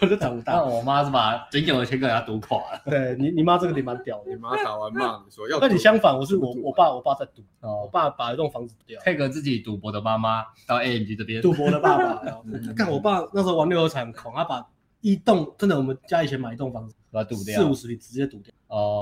S1: 我就长不
S2: 但
S1: 大。
S2: 我妈是把仅有的钱给他赌垮 了。
S1: 对你你妈这个点蛮屌
S3: 你
S1: 的，
S3: 妈打完骂你说要，
S1: 那你相反，我是我
S3: 赌
S1: 我爸我爸在赌，我
S2: 哦，
S1: 爸把一栋房子赌掉，
S2: 配合自己赌博的妈妈到 AMG 这边，
S1: 赌博的爸爸。 然后
S3: 嗯
S1: 看我爸那时候玩六合彩很狂，他把一栋真的我们家以前买一栋房子
S2: 把它赌掉
S1: 四。五十里直接赌掉，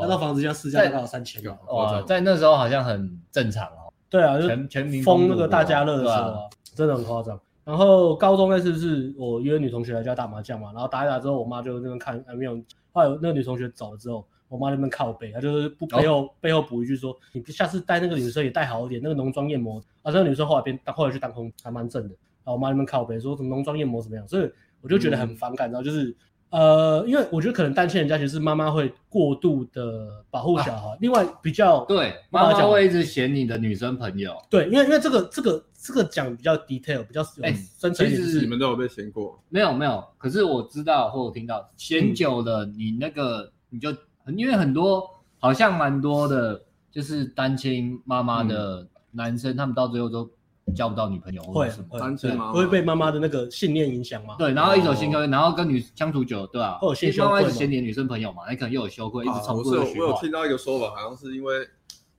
S1: 那套
S2: 哦，
S1: 房子现在市价大概有三千了。
S2: 哇，在那时候好像很正常哦，
S1: 对啊，就
S2: 全全民
S1: 封
S2: 疯
S1: 那个大家乐的时候、啊，真的很夸张。然后高中那次是我哎约女同学来家打麻将嘛，然后打一打之后，我妈就在那边看，还没有。后来那个女同学走了之后，我我妈在那边靠背，她就是不
S2: 哦
S1: 背后、背后补一句说，你下次带那个女生也带好一点，那个浓妆艳抹。啊，那个女生后来变后来去当空，还蛮正的。然后我妈在那边靠背说什么浓妆艳抹怎么样，所以我就觉得
S2: 嗯
S1: 很反感。然后就是呃，因为我觉得可能单亲人家其实是妈妈会过度的保护小孩，另外比较
S2: 啊对，
S1: 我把
S2: 妈
S1: 它
S2: 妈
S1: 讲
S2: 会一直嫌你的女生朋友，
S1: 对，因为因为这个这个这个讲比较 detail，比较有
S2: 哎
S1: 深层一点
S2: 其
S1: 就
S2: 实
S1: 是
S3: 你们都有被嫌过，
S2: 没有没有，可是我知道或我听到，嫌久了你那个你就，因为很多好像蛮多的，就是单亲妈妈的男生，他们到最后都交不到女朋友或
S1: 会
S2: 者什么，
S1: 会
S3: 单亲
S1: 呃对
S3: 妈妈
S1: 会被妈妈的那个信念影响吗？
S2: 对，然后一手心跟，然后跟女相处久了，对吧、
S1: 会哦有
S2: 因
S1: 性
S2: 为
S1: 羞
S2: 妈妈
S1: 愧
S2: 一直
S1: 吗哦
S2: 嫌你的女生朋友嘛，你可能又有羞愧，一直
S3: 啊
S2: 重
S3: 我
S2: 复
S3: 是
S2: 这
S3: 有
S2: 个循
S3: 我有
S2: 环。
S3: 听到一个说法，好像是因为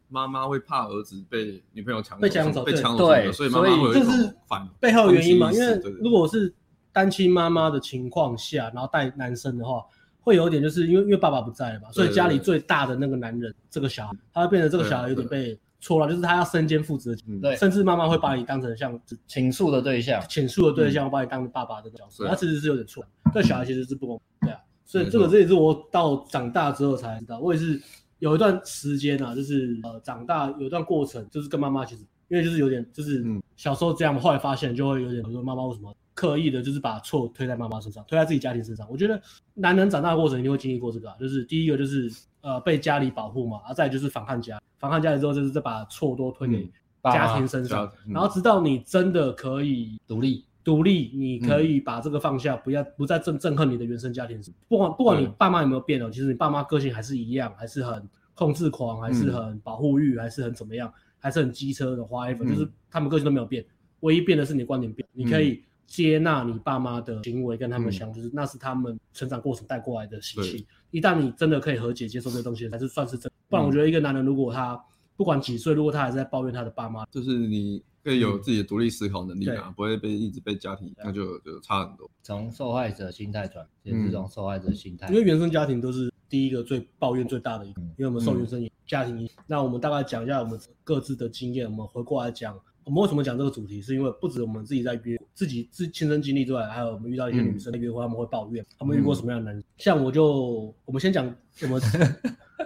S3: 妈妈会怕儿子被女朋友抢
S1: 被抢走
S3: 被
S1: 对
S3: 抢走什么
S2: 对
S3: 的，所以妈妈会有
S1: 所
S3: 一
S1: 以这
S3: 种
S1: 是
S3: 反
S1: 背后原因嘛，因为
S3: 对对
S1: 如果是单亲妈妈的情况下，然后带男生的话，会有点就是因为因为爸爸不在了嘛，所以家里最大的那个男人，这个小孩，他会变得这个小孩有点被戳了，就是他要身兼父职的角
S3: 嗯
S2: 对
S1: 色，甚至妈妈会把你当成像
S2: 倾诉的对象，
S1: 倾诉的对象，把你当成爸爸的角色，
S3: 对
S1: 他其实是有点错，对小孩其实是不公平，对啊，所以
S3: 没
S1: 这
S3: 错
S1: 个这也是我到长大之后才知道，我也是有一段时间啊，就是呃长大有一段过程，就是跟妈妈其实因为就是有点就是
S3: 嗯
S1: 小时候这样嘛，后来发现就会有点说妈妈为什么刻意的就是把错推在妈妈身上，推在自己家庭身上，我觉得男人长大的过程一定会经历过这个、啊，就是第一个就是呃被家里保护嘛，啊再来就是反抗家，反抗家里之后就是再把错都推给
S3: 嗯
S2: 爸妈
S1: 家庭身上
S3: 家，庭嗯
S1: 然后直到你真的可以
S2: 独立，
S1: 独立，你可以把这个放下，不要不再憎憎恨你的原生家庭。不管不管你
S3: 嗯对
S1: 爸妈有没有变哦，其实你爸妈个性还是一样，还是很控制狂，还是很保护欲，还是很怎么样，还是很机车的花 e
S3: 嗯
S1: 就是他们个性都没有变，唯一变的是你的观点变。你可
S3: 嗯
S1: 以接纳你爸妈的行为跟他们的想法，就是那是他们成长过程带过来的习气。一旦你真的可以和解，接受这些东西，才是算是真。不
S3: 嗯
S1: 然我觉得一个男人如果他不管几岁，如果他还是在抱怨他的爸妈，
S3: 就是你可以有自己的独立思考能力
S1: 嗯对啊
S3: 啊，不会被一直被家庭，那就就差很多。
S2: 从受害者心态转变这种受害者心态
S1: 因，为原生家庭都是第一个最抱怨最大的一个，因为我们受原生家庭影响。那我们大概讲一下我们各自的经验，我们回过来讲，我们为什么讲这个主题，是因为不止我们自己在约自己自亲身经历之外，还有我们遇到一些女生的约会，他们会抱怨，他们遇过什么样的男人。像我就，我们先讲我们，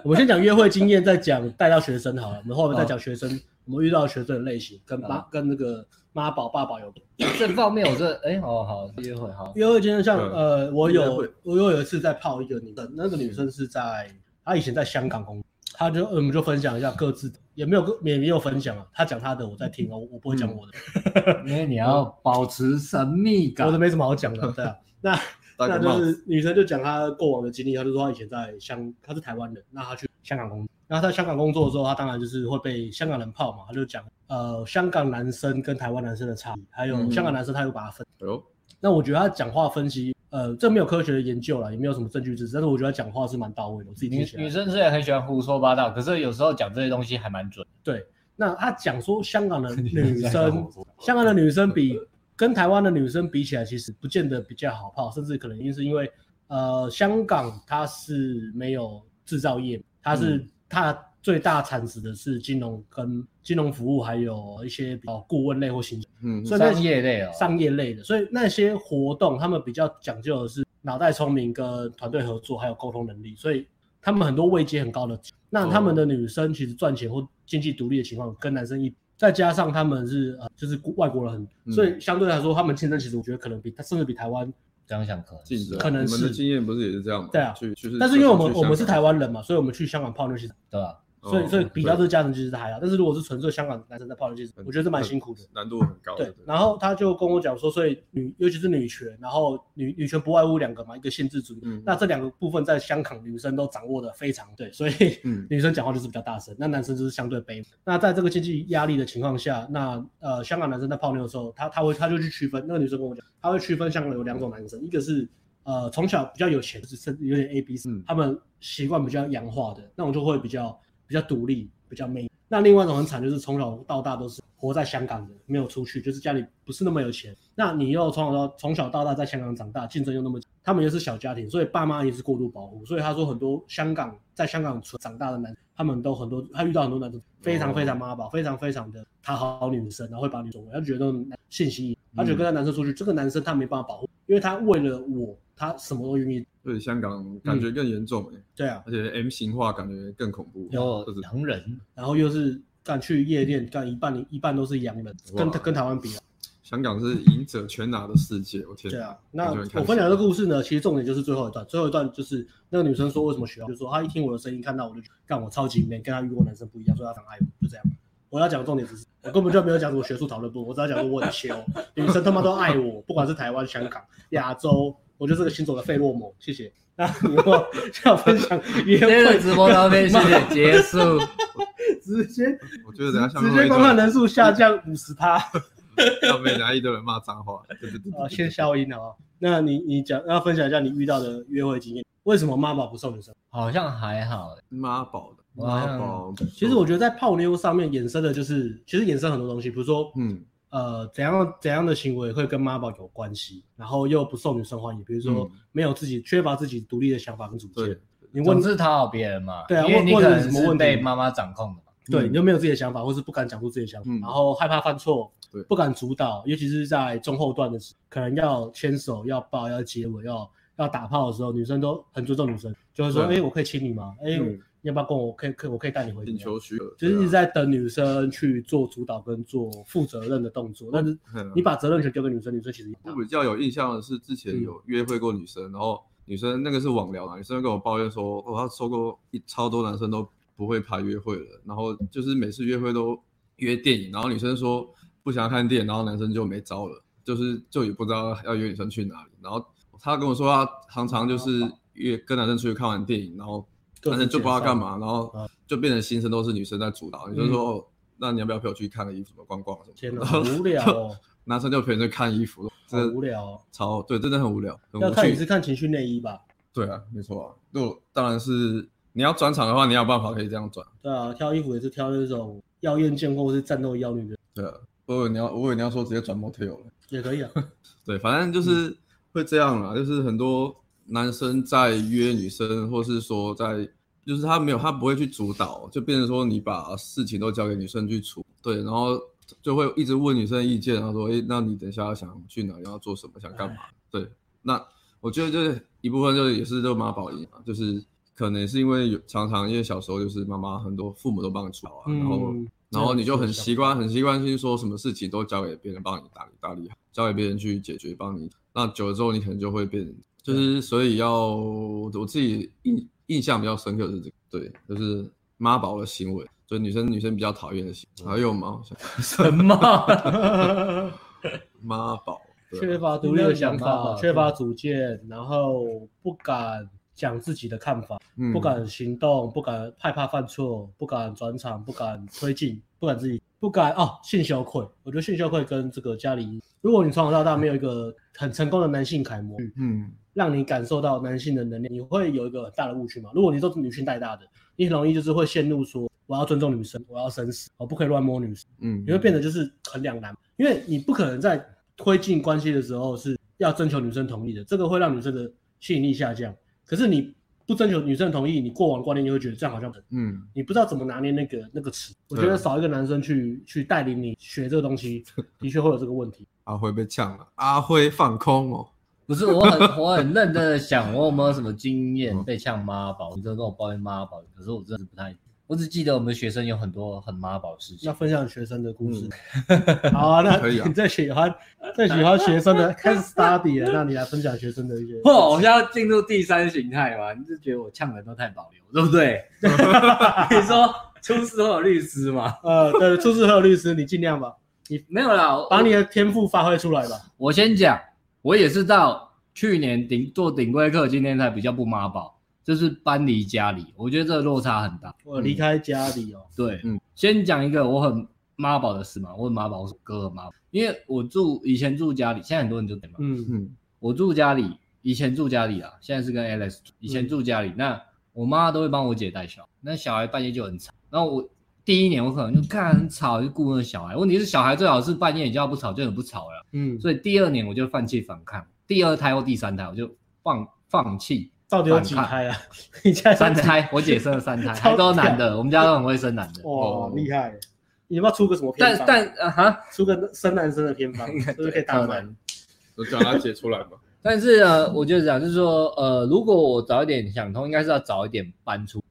S1: 我们先讲约会经验，再讲带到学生好了，我们后面再讲学生，我们遇到学生的类型跟妈、
S2: 好
S1: 跟那个妈宝爸爸有关。
S2: 这方面我这哎、好好约会好，
S1: 约会经验像
S3: 嗯
S1: 呃，我
S3: 约
S1: 有
S3: 会
S1: 我有有一次在泡一个女生，那个女生是在她以前在香港工作，她就我们就分享一下各自的，也没有各也没有分享啊，她讲她的，我在听哦，我我不会
S3: 嗯
S1: 讲我的，
S2: 因为你要保持神秘感
S1: 我的。没什么好讲 的，对啊，那
S3: 戴
S1: 那
S3: 个
S1: 就
S3: 帽子，
S1: 是女生就讲她过往的经历，她就说她以前在香，她是台湾人，那她去香港工作，然后她在香港工作的时候，她当然就是会被香港人泡嘛，她就讲呃香港男生跟台湾男生的差异，还有
S3: 嗯
S1: 香港男生他又把它分。
S3: 哎呦，
S1: 那我觉得他讲话分析，呃，这没有科学的研究啦，也没有什么证据支持，但是我觉得他讲话是啊蛮到位的，我自己
S2: 女
S1: 听起
S2: 女
S1: 来。
S2: 生虽然很喜欢胡说八道，可是有时候讲这些东西还蛮准。
S1: 那他讲说香港的女
S2: 像在
S1: 生
S2: 胡，说
S1: 香港的女生比跟台湾的女生比起来，其实不见得比较好泡，甚至可能因是因为，呃，香港它是没有制造业，它是、它最大产值的是金融跟金融服务，还有一些比较顾问类或行政
S3: 嗯，
S1: 所以那
S2: 商业类哦，
S1: 商业类的，所以那些活动他们比较讲究的是脑袋聪明、跟团队合作，还有沟通能力，所以他们很多位阶很高的。那他们的女生其实赚钱或经济独立的情况跟男生一，再加上他们是呃就是外国人很，
S3: 嗯
S1: 所以相对来说他们竞争其实我觉得可能比甚至比台湾，
S2: 这样想可能
S3: 竞
S2: 是
S3: 争，
S1: 可能
S3: 你嗯们的
S1: 是
S3: 经验不是也是这样吗？
S1: 对啊
S3: 去就是，
S1: 但是因为我们我们是
S3: 台
S1: 台湾人嘛，所以我们去香港泡妞其实，
S2: 对吧？
S3: 哦
S1: 所以所以比较这个家庭其实还好，但是如果是纯粹香港男生在泡妞，其实我觉得是蛮辛苦的。
S3: 难哦度很高的。
S1: 对，然后他就跟我讲说，所以女尤其是女权，然后女女权不外乎两个嘛，一个限制主义。
S3: 嗯
S1: 那这两个部分在香港女生都掌握的非常对，所以
S3: 嗯
S1: 女生讲话就是比较大声，那男生就是相对卑微。那在这个经济压力的情况下，那呃香港男生在泡妞的时候，他他会他就去区分，那个女生跟我讲，他会区分香港有两种男生，一个是呃从小比较有钱，就是甚至有点 A B C，、
S3: 嗯
S1: 他们习惯比较洋化的，那种就会比较比较独立，比较 man。那另外一种很惨，就是从小到大都是活在香港的，没有出去，就是家里不是那么有钱。那你又从小到从小到大在香港长大，竞争又那么激烈，他们又是小家庭，所以爸妈也是过度保护。所以他说很多香港在香港长大的男，他们都很多，他遇到很多男生非常非常妈宝，非常非常的讨好女生，然后会把女生，他觉得信息，他觉得跟他男生出去，这个男生他没办法保护，因为他为了我，他什么都愿意。
S3: 对香港感
S1: 嗯
S3: 觉更严重哎、
S1: 对啊，
S3: 而且 M 型化感觉更恐怖，
S2: 有
S3: 就是
S2: 洋人，
S1: 然后又是干去夜店，干一半一半都是洋人，
S3: 哇
S1: 跟跟台湾比啊，
S3: 香港是赢者全拿的世界，我天！
S1: 对啊。那
S3: 我就很开
S1: 我分享的
S3: 心
S1: 故事呢，其实重点就是最后一段，最后一段就是那个女生说为什么学，啊就说她一听我的声音，看到我就干我超级 man，跟她遇过男生不一样，所以她想爱我，就这样。我要讲的重点只是，我根本就没有讲什么学术讨论部，我只要讲说我很羞，女生他妈都爱我，不管是台湾、香港、亚洲，我就是个行走的费洛蒙。谢谢。那你如果想分享约
S2: 今天的
S1: 会，
S2: 直播到这边谢谢结束，
S1: 直接
S3: 我觉得等一下下
S1: 直
S3: 面
S1: 接
S3: 会
S1: 观看人数下降五十趴。
S3: 下面人家一堆人骂脏话，对对对
S1: 啊，
S3: 对
S1: 先消音好不好？那你你讲，要分享一下你遇到的约会经验，为什么妈宝不送女生？
S2: 好像还好欸，
S3: 妈宝的
S2: 哇
S3: 妈宝。
S1: 其实我觉得在泡妞上面衍生的就是，其实衍生很多东西，比如说，
S3: 嗯，
S1: 呃，怎样怎样的行为会跟妈宝有关系，然后又不受女生欢迎，比如说
S3: 嗯
S1: 没有自己缺乏自己独立的想法跟主见
S3: 对，，
S1: 你问
S2: 欸总是讨好别人嘛，
S1: 对啊
S2: 因为你
S1: 问
S2: 可
S1: 问
S2: 能
S1: 什么问
S2: 是
S1: 题
S2: 被妈妈掌控的嘛，
S1: 对，
S3: 嗯
S1: 你就没有自己的想法，或是不敢讲出自己的想法，
S3: 嗯
S1: 然后害怕犯错
S3: 对，
S1: 不敢主导，尤其是在中后段的时候，可能要牵手、要抱、要接吻、要要打炮的时候，女生都很尊重女生，就会说：“哎、
S3: 对啊
S1: 我可以亲你吗？哎、
S3: 嗯
S1: 你要不要跟我？我可以，可以我可以带你回
S3: 请
S1: 家。
S3: 求啊许可，”
S1: 就是一直在等女生去做主导跟做负责任的动作，但是
S3: 对啊
S1: 你把责任权丢给女生，女生其实也
S3: 我比较有印象的是，之
S1: 嗯
S3: 前有约会过女生，然后女生那个是网聊嘛，女生就跟我抱怨说，哦，她收过一超多男生都不会排约会了，然后就是每次约会都约电影，然后女生说不想看电影，然后男生就没招了，就是就也不知道要约女生去哪里，然后她跟我说，她常常就是约跟男生出去看完电影，然后
S1: 各
S3: 男
S1: 自
S3: 生就不知道
S1: 介绍啊嗯
S3: 干嘛，然后就变成新生都是女生在主导，女生说，哦，那你要不要陪我去看个衣服，逛逛什
S1: 天
S3: 么
S1: 哪，
S3: 的，然
S1: 好
S3: 后
S1: 无聊哦，
S3: 男生就陪着看衣服，
S1: 好
S3: 真的
S1: 无聊、哦。
S3: 超对，真的很无聊，很
S1: 要
S3: 无
S1: 看你
S3: 趣。
S1: 是看情趣内衣吧？
S3: 对啊，没错啊。就当然是你要转场的话，你要有办法可以这样转。
S1: 对啊，挑衣服也是挑那种妖艳贱货或是战斗妖女的，
S3: 对啊，我以为你要，我以为你要说直接转 motel 了。
S1: 也可以啊。
S3: 对，反正就是会这样啦，就是很多男生在约女生，或是说在，就是他没有，他不会去主导，就变成说你把事情都交给女生去处。对，然后就会一直问女生的意见，然后说，诶，那你等一下想去哪里，要做什么，想干嘛？对，那我觉得就是一部分就是也是就妈宝音啊，就是可能是因为有常常因为小时候就是妈妈很多父母都帮你处理好啊，然后
S1: 嗯
S3: 然后你就很
S1: 这样子
S3: 习惯很习惯性说什么事情都交给别人帮你打理打理，交给别人去解决帮你，那久了之后你可能就会变，就是所以要我自己印印象比较深刻的是这个，对，就是妈宝的行为，就是女生女生比较讨厌的行
S1: 嗯
S3: 为，还有吗？我想
S2: 什么？
S3: 妈宝，对
S1: 缺
S3: 啊，
S1: 乏独立的想法，
S2: 对
S1: 缺乏主见，然后不敢讲自己的看法，
S3: 嗯
S1: 不敢行动，不敢害怕犯错，不敢转场，不敢推进，不敢自己，不敢哦，性羞愧。我觉得性羞愧跟这个家里，如果你从小到大没有一个很成功的男性楷模，
S3: 嗯，
S1: 让你感受到男性的能力，你会有一个很大的误区嘛？如果你都是女性带大的，你很容易就是会陷入说我要尊重女生，我要绅士，我不可以乱摸女生。
S3: 嗯，
S1: 你会变得就是很两难，因为你不可能在推进关系的时候是要征求女生同意的，这个会让女生的吸引力下降。可是你不征求女生同意，你过往的观念就会觉得这样好像很，
S3: 嗯，
S1: 你不知道怎么拿捏那个那个尺。我觉
S3: 啊
S1: 得少一个男生去去带领你学这个东 西，的确会有这个问题。
S3: 阿辉被呛了，阿辉放空哦，
S2: 不是，我很我很认真的想，我有没有什么经验被像妈宝？你真的跟我抱怨妈宝，可是我真的是不太，我只记得我们学生有很多很妈宝的事情
S1: 要。分享学生的故事，好啊，那
S3: 可以啊
S1: 你最喜欢最喜欢学生的开始 study 了，那你来分享学生的一些。
S2: 嚯，
S3: 哦
S2: 我们现在要进入第三形态嘛？你是觉得我呛人都太保留， 对不对？你说出事后有律师嘛？
S1: 呃，对，出事和律师，你尽量吧，
S2: 没有啦，我
S1: 把你的天赋发挥出来吧。
S2: 我先讲，我也是到去年顶做顶规课，今天才比较不妈宝，就是搬离家里，我觉得这个落差很大。
S1: 我离开家里哦，
S2: 对，
S3: 嗯
S2: 先讲一个我很妈宝的事嘛，我很妈宝，我哥很妈宝，因为我住以前住家里，现在很多人就嘛，
S1: 嗯，
S3: 嗯
S2: 我住家里，以前住家里啊，现在是跟 Alex 住，以
S1: 嗯
S2: 前住家里，那我妈都会帮我姐带小孩，那小孩半夜就很吵，然后我。第一年我可能就看很吵，就顾那小孩。问题是小孩最好是半夜叫他不吵就很不吵了，
S1: 嗯，
S2: 所以第二年我就放弃反抗，第二胎或第三胎我就放放弃
S1: 到底有几胎啊？你家
S2: 三胎，我姐生了三胎，
S1: 超
S2: 还都男的，我们家都很会生男的。
S1: 哇
S3: 哦，
S1: 厉害！你要不要出个什么偏
S2: 但
S1: 方？
S2: 但啊哈， 呃
S1: 出个生男生的偏方，是不是可以
S2: 当
S1: 当男
S2: 然？
S3: 我叫他解出来嘛，
S2: 但是呢，我就是讲，就是说，呃，如果我早一点想通，应该是要早一点搬出，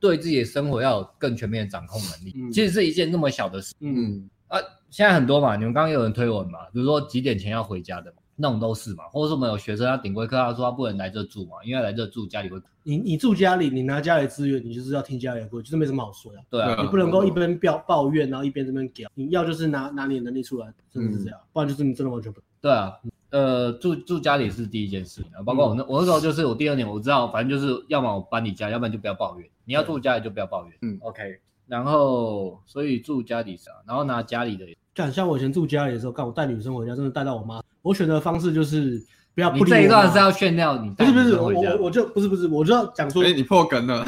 S2: 对自己的生活要有更全面的掌控能力。
S1: 嗯
S2: 其实是一件那么小的事
S1: 嗯，
S3: 嗯，
S2: 啊，现在很多嘛，你们刚刚有人推文嘛，比如说几点前要回家的嘛，那种都是嘛，或者是我们有学生要顶规课，他说他不能来这住嘛，因为来这住家里会，
S1: 你你住家里，你拿家里资源，你就是要听家里的规矩，就是没什么好说的、
S2: 对啊，
S1: 你不能够一边表抱怨，然后一边这边屌，你要就是拿拿你的能力出来，真
S2: 嗯
S1: 的是这样，不然就是你真的完全不。
S2: 对啊，呃，住住家里是第一件事，然后包括我那、我那时候就是我第二年我知道，反正就是要么我搬你家，要不然就不要抱怨。你要住家里就不要抱怨。
S3: 嗯
S2: ，OK。然后所以住家里是啊，然后拿家里的，
S1: 干，像我以前住家里的时候，干我带女生回家，真的带到我妈，我选择的方式就是不要
S2: 你
S1: 不理我
S2: 这一段
S1: 妈
S2: 是要炫耀你
S1: 不
S2: 带
S1: 是不
S2: 女
S1: 是
S2: 生
S1: 我
S2: 回家
S1: 我我就不是不是，我就要讲说，
S3: 哎，你破梗了，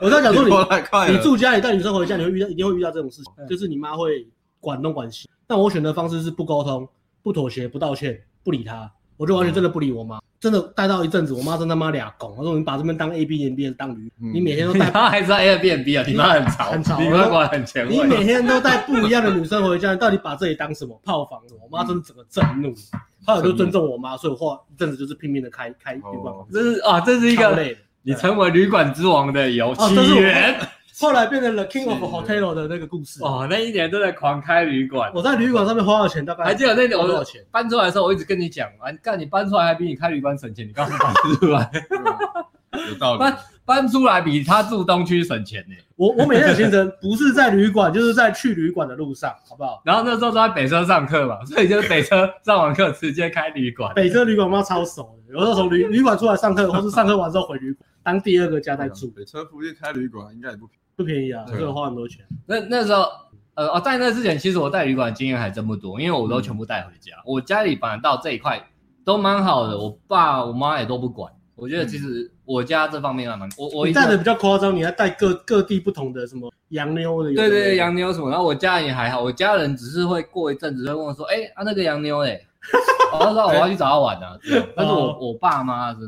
S1: 我就要讲说
S3: 你
S1: 你
S3: 破太快
S1: 你
S3: 了。
S1: 住家里带女生回家，你会遇到一定会遇到这种事情
S2: 嗯，
S1: 就是你妈会管东管西。但我选择方式是不沟通、不妥协、不道歉、不理她，我就完全真的不理我
S2: 嗯
S1: 妈。真的带到一阵子，我妈真他妈俩拱，她说你把这边当 A B N B 当驴，
S3: 嗯
S1: 你每天都
S2: 你
S1: 带，
S2: 妈还是 Airbnb 啊，你妈很潮，
S1: 很潮
S2: 你妈管得很前卫。
S1: 你每天都带不一样的女生回家，你到底把这里当什么炮房什么？我妈真的整个震怒。
S2: 嗯
S1: 后来我就尊重我妈，所以我后来一阵子就是拼命的开开旅馆
S3: 哦，
S2: 这是啊，这是一
S1: 超
S2: 个
S1: 累的。
S2: 你成为旅馆之王的由
S1: 哦
S2: 起
S1: 这是我
S2: 源
S1: 后来变成了 King of Hotel 的那个故事。
S2: 哦，那一年都在狂开旅馆。
S1: 我在旅馆上面花的钱大概
S2: 还记得那年
S1: 花多
S2: 我
S1: 少钱？
S2: 搬出来的时候，我一直跟你讲，完干你搬出来还比你开旅馆省钱，你刚搬出来，
S3: 啊有道理
S2: 搬，搬出来比他住东区省钱呢。
S1: 我我每天的行程不是在旅馆，就是在去旅馆的路上，好不好？
S2: 然后那时候都在北车上课嘛，所以就是北车上完课直接开旅馆。
S1: 北车旅馆我妈超熟的，有时候从旅旅馆出来上课，或是上课完之后回旅馆当第二个家在住，
S3: 北啊车附近开旅馆应该也不便宜。
S1: 不便宜啊，
S3: 对
S1: 所
S3: 啊
S1: 以花很多钱。
S2: 那那时候，呃，哦，在那之前，其实我带旅馆经验还真不多，因为我
S1: 嗯
S2: 都全部带回家。我家里反倒这一块都蛮好的，我爸我妈也都不管。我觉得其实我家这方面还蛮，我
S1: 嗯
S2: 我
S1: 你
S2: 一
S1: 带的
S2: 直
S1: 比较夸张，你还带各各地不同的什么洋妞的，
S2: 对对对，洋妞什么，然后我家人也还好，我家人只是会过一阵子会问我说，哎、啊那个洋妞嘞、 我就
S1: 哎
S2: 说我要去找他玩啊。
S1: 哦
S2: 这样但是我我爸妈是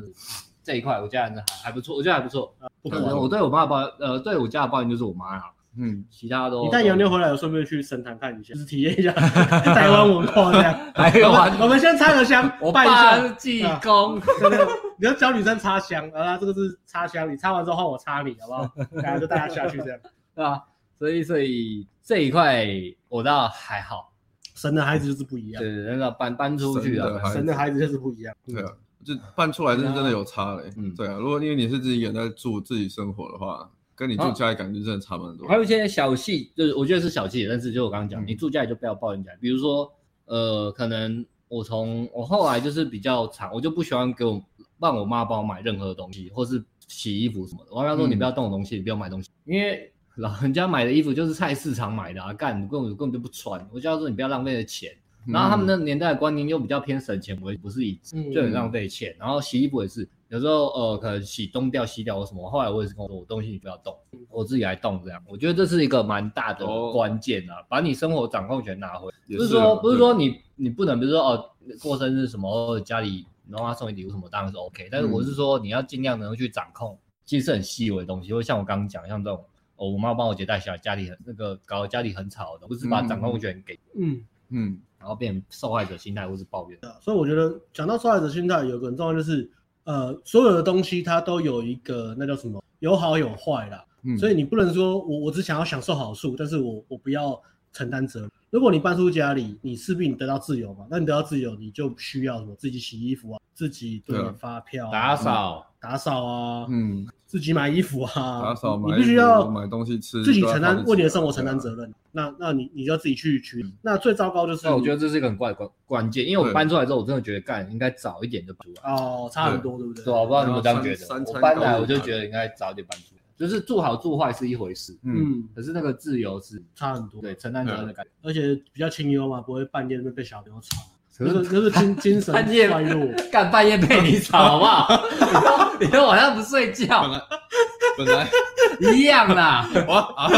S2: 这一块，我家人还还不错，我觉得还不错。
S1: 不
S2: 可
S1: 夸
S2: 能
S1: 张。
S2: 我对我妈抱呃对我家的抱怨就是我妈啦，
S3: 嗯，
S2: 其他都
S1: 你带洋妞回来，我顺便去神坛看一下，就是体 验一下台湾文化这样。
S2: 还
S1: 我
S2: 有玩
S1: 们我们先插个香，
S2: 我
S1: 拜一
S2: 爸
S1: 下
S2: 是。济公，
S1: 真的，你要教女生插香，然后这个是插香，你插完之后换我插你，好不好？然后就带她下去这样。
S2: 对吧、所以所以这一块我倒还好，
S1: 神的孩子就是不一样，
S2: 对，那个搬搬出去啊
S3: 真的
S2: 了，
S3: 还
S1: 神的孩子就是不一样。
S3: 对啊，就办出来是真的有差嘞。
S2: 嗯
S3: 对啊，如果因为你是自己一个人在住自己生活的话，跟你住家里感觉真的差蛮多
S2: 还。有一些小细，就是我觉得是小细，但是就我刚刚讲，
S3: 嗯
S2: 你住家里就不要抱怨家里，比如说呃，可能我从我后来就是比较长，我就不喜欢给我让我妈帮我买任何东西，或是洗衣服什么的。我跟她说
S3: 嗯
S2: 你不要动我东西，你不要买东西，因为老人家买的衣服就是菜市场买的啊，干你根本根本就不穿。我就要说你不要浪费了钱。然后他
S3: 嗯
S2: 们那个年代的观念又比较偏省钱为不是以
S1: 嗯
S2: 就很浪费钱。然后洗衣服也是，有时候呃可能洗东掉西掉或什么，后来我也是跟我说，我东西你不要动，我自己来动这样。我觉得这是一个蛮大的
S3: 嗯哦
S2: 关键啊，把你生活掌控权拿回。
S3: 也
S2: 不是
S3: 啊
S2: 说不是
S3: 对
S2: 说你你不能，比如说哦过生日什么，或者家里妈妈送你礼物什么，当然是 OK。但是我是
S3: 嗯
S2: 说你要尽量能够去掌控，其实是很细微的东西，就像我刚刚讲，像这种。哦，我妈帮我姐带小孩，家里很那个搞得家里很吵的，不是把掌控权给
S1: 嗯，
S3: 嗯，
S2: 然后变成受害者心态或是抱怨。
S1: 所以我觉得讲到受害者心态，有个很重要就是，呃，所有的东西它都有一个那叫什么，有好有坏啦。
S3: 嗯
S1: 所以你不能说我我只想要享受好处，但是我我不要承担责任。如果你搬出家里，你势必你得到自由嘛，那你得到自由，你就需要什么自己洗衣服啊，自己对
S3: 对啊
S1: 发票、
S2: 打、扫，
S1: 打扫啊，
S3: 嗯，
S1: 自己买衣服啊，
S3: 打扫
S1: 你
S3: 买
S1: 必须
S3: 衣服
S1: 要
S3: 买东西吃
S1: 自己
S3: 都要
S1: 承
S3: 靠
S1: 担
S3: 自己
S1: 为你的
S3: 啊
S1: 生活承
S3: 对啊
S1: 担
S3: 嗯
S1: 责任。那那你你就要自己去去。那最糟糕就是，
S2: 那我觉得这是一个很怪的关关键，因为我
S3: 对啊
S2: 搬出来之后，我真的觉得干应该早一点就搬出来，
S1: 哦差很多，对不对？
S2: 对啊吧？我不知道你们这样觉
S3: 三
S2: 得，
S3: 餐
S2: 我搬来
S3: 高
S2: 我就
S3: 度吧
S2: 觉得应该早一点搬出来，就是住好住坏是一回事，
S3: 嗯，
S1: 嗯，
S2: 可是那个自由是
S1: 差很多。
S2: 对，承担责任的感觉。
S1: 而且比较清幽嘛，不会半夜被被小牛吵，
S2: 可
S1: 就是是就是 精精神
S2: 半夜
S1: 衰 弱。
S2: 干半夜被你吵好不好？ 你都你都晚上不睡
S3: 本
S2: 觉
S3: 来本来
S2: 一样啦，
S3: 哇啊，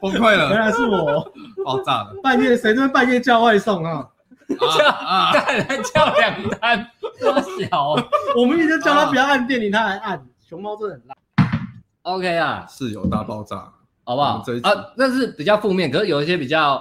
S3: 崩溃
S1: 原
S2: 啊
S3: 了，
S1: 来是我
S3: 爆炸了
S1: 半夜谁在半夜叫外送 啊？
S3: 啊啊！
S2: 干还叫两单，多小哦。
S1: 我们一直叫他不要按电铃，他还按。熊猫真的很烂。
S2: OK 啊，
S3: 室友大爆炸，
S2: 好不好
S3: 我们这一？集
S2: 啊，那是比较负面，可是有一些比较，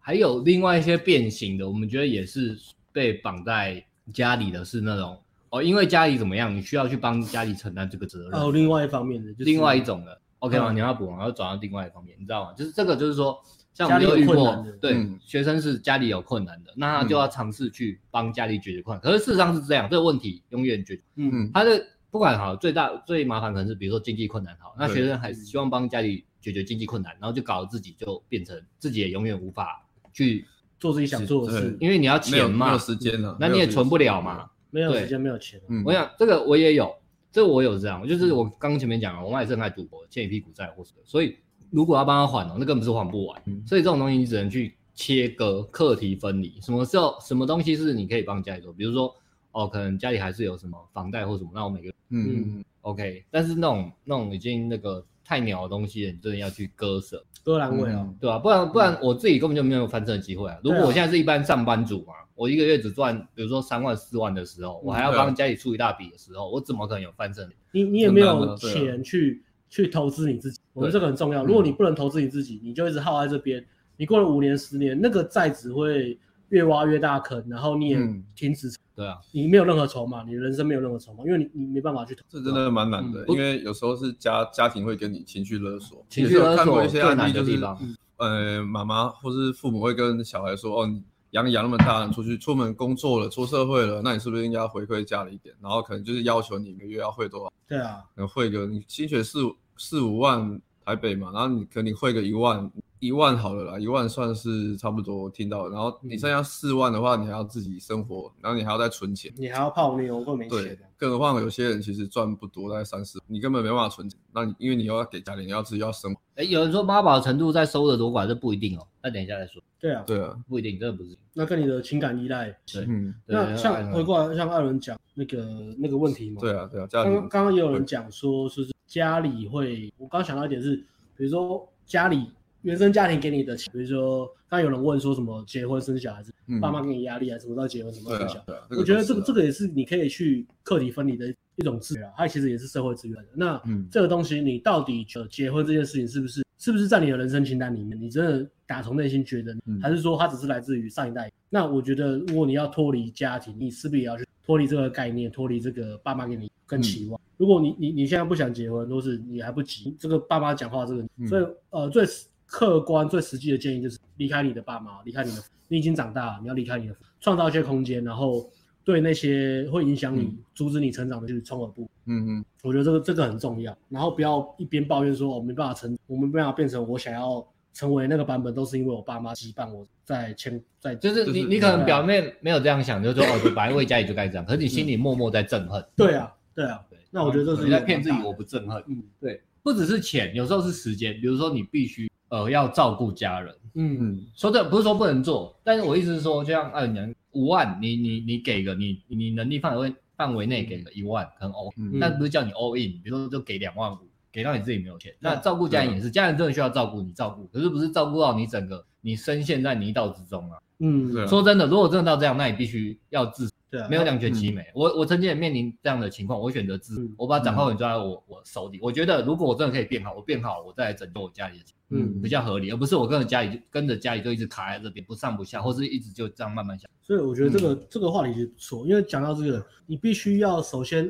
S2: 还有另外一些变形的，我们觉得也是被绑在家里的是那种哦，因为家里怎么样，你需要去帮家里承担这个责任。
S1: 还有哦另外一方面的，就是
S2: 另外一种的，OK 吗？
S1: 嗯
S2: 你要补，然后转到另外一方面，你知道吗？就是这个，就是说，像我
S1: 家
S2: 们
S1: 里
S2: 有
S1: 有
S2: 遇
S1: 困
S2: 过
S1: 难的，
S2: 对、
S3: 嗯
S2: 学生是家里有困难的，那他就
S3: 嗯
S2: 要尝试去帮家里解决困难。可是事实上是这样，这个问题永远解决，
S1: 嗯
S3: 嗯
S2: 他的不管好，最大最麻烦可能是比如说经济困难好，那
S3: 对
S2: 学生还是希望帮家里解决经济困难，然后就搞得自己就变成自己也永远无法去，
S1: 做自己想做的事，
S2: 因为你要
S3: 没有
S2: 钱
S3: 没
S2: 嘛
S3: 有，时间了，
S2: 那你也存不了嘛。
S1: 没有
S2: 对
S1: 时间没有钱啊，
S3: 没有时间。嗯，
S2: 我想这个我也有，这个我有这样，就是我刚前面讲了，我妈也是很爱赌博，欠一屁股债或什么，所以如果要帮她还哦，那根本是还不完。
S3: 嗯
S2: 所以这种东西你只能去切割、课题分离，什么时候什么东西是你可以帮家里做，比如说哦，可能家里还是有什么房贷或什么，那我每个月
S3: 嗯嗯
S2: OK，但是那种那种已经那个太鸟的东西了，你真的要去割舍，
S1: 割阑尾哦
S3: 嗯，
S2: 对吧、不然不然我自己根本就没有翻身的机会啊。如果我现在是一般上班族嘛，我一个月只赚比如说三万四万的时候，我还要
S3: 对啊
S2: 帮家里出一大笔的时候，我怎么可能有翻身？
S1: 你你也没
S3: 很难
S1: 有
S3: 啊对啊
S1: 钱去去投资你自己，我觉得
S2: 对
S1: 这个很重要。
S3: 嗯
S1: 如果你不能投资你自己，你就一直耗在这边，你过了五年十年，那个债只会越挖越大坑，然后你也
S3: 嗯
S1: 停止，
S2: 对啊，
S1: 你没有任何筹码，你的人生没有任何筹码，因为你你没办法去投。啊
S3: 这真的蛮难的
S2: 嗯，
S3: 因为有时候是家家庭会跟你情绪勒索，
S2: 情绪勒
S3: 也是有看过
S2: 索
S3: 一些
S2: 最
S3: 案
S2: 难
S3: 例，
S2: 的
S3: 就
S2: 地
S3: 是
S2: 方，
S3: 呃，妈妈或是父母会跟小孩说，哦，你养你养那么大，你出去出门工作了，出社会了，那你是不是应该回馈家里一点？然后可能就是要求你每个月要汇多少，
S1: 对啊，
S3: 可能汇个你薪水四五四五万台北嘛，然后你可能你汇个一万一万好了啦，一万算是差不多听到的，然后
S2: 嗯
S3: 你剩下四万的话，你还要自己生活，然后你还要再存钱。
S1: 你还要泡妞会没
S3: 对
S1: 钱啊的，，
S3: 更何况有些人其实赚不多，大概三十，你根本没办法存钱。那你因为你又要给家里，你要自己要生活，
S2: 哎、有人说妈宝程度在收的多寡，这不一定哦。那等一下再说，
S1: 对啊，
S3: 对啊，
S2: 不一定，真的不是。
S1: 那跟你的情感依赖。
S2: 对
S3: 嗯，
S2: 对
S1: 那像回
S2: 按
S1: 过来，像艾伦讲那个那个问题嘛，
S3: 对啊，对啊，家
S1: 刚
S3: 里
S1: 刚刚刚也有人讲说，就是家里会，我刚想到一点是，比如说家里原生家庭给你的钱，比如说刚刚有人问说什么结婚生小孩子，
S3: 嗯
S1: 爸妈给你压力啊，什么到结婚什么
S3: 对
S1: 到生小
S3: 啊
S1: 孩，，
S3: 对啊，
S1: 我觉得这个这
S3: 个
S1: 个也是你可以去课题分离的一种资源啊，它其实也是社会资源的。那
S3: 嗯
S1: 这个东西你到底呃结婚这件事情是不是是不是在你的人生清单里面？你真的打从内心觉得，
S3: 嗯
S1: 还是说它只是来自于上一代？那我觉得，如果你要脱离家庭，你势必也要去脱离这个概念，脱离这个爸妈给你跟期
S3: 嗯
S1: 望。如果你你你现在不想结婚，或是你还不急，这个爸妈讲话这个，
S3: 嗯
S1: 所以呃最客观最实际的建议就是离开你的爸妈，离开你的，你已经长大了，你要离开你的，创造一些空间，然后对那些会影响你、
S3: 嗯
S1: 阻止你成长的去充耳不闻。
S3: 嗯嗯
S1: 我觉得这个这个很重要，然后不要一边抱怨说我哦没办法成，我没办法变成我想要成为那个版本，都是因为我爸妈羁绊我在牵在
S2: 就是
S3: 就是
S2: 你，你可能表面没有这样想，就说哦，本来为家里就该这样，可是你心里默默在憎恨。
S1: 对啊对啊，
S2: 对，
S1: 那我觉得这是
S2: 你在
S1: 一个
S2: 骗自己
S1: 蛮，大的
S2: 我不憎恨。
S1: 嗯
S2: 对，不只是钱，有时候是时间。比如说，你必须呃要照顾家人。
S1: 嗯
S3: 嗯
S2: 说这不是说不能做，但是我意思是说，就像按你讲五万，你你你给个你你能力范围范围内给个一万，很 O，、
S3: 嗯
S2: 但不是叫你 all in，比如说就给两万五，给到你自己没有钱。那照顾家人也是，
S1: 啊
S2: 家人真的需要照顾你照顾，可是不是照顾到你整个你深陷在泥沼之中啊。
S1: 嗯
S3: 对啊
S2: 说真的，如果真的到这样，那你必须要自
S1: 对啊，
S2: 没有两全其美。我我曾经也面临这样的情况，我选择自，
S1: 嗯
S2: 我把掌控权抓在我我手里。我觉得如果我真的可以变好，我变好了，我再来拯救我家里的情况
S1: 嗯
S2: 比较合理，而不是我跟着家里就跟着家里就一直卡在这边不上不下，或是一直就这样慢慢下。
S1: 所以我觉得这个、
S3: 嗯
S1: 这个话题是不错，因为讲到这个，你必须要首先，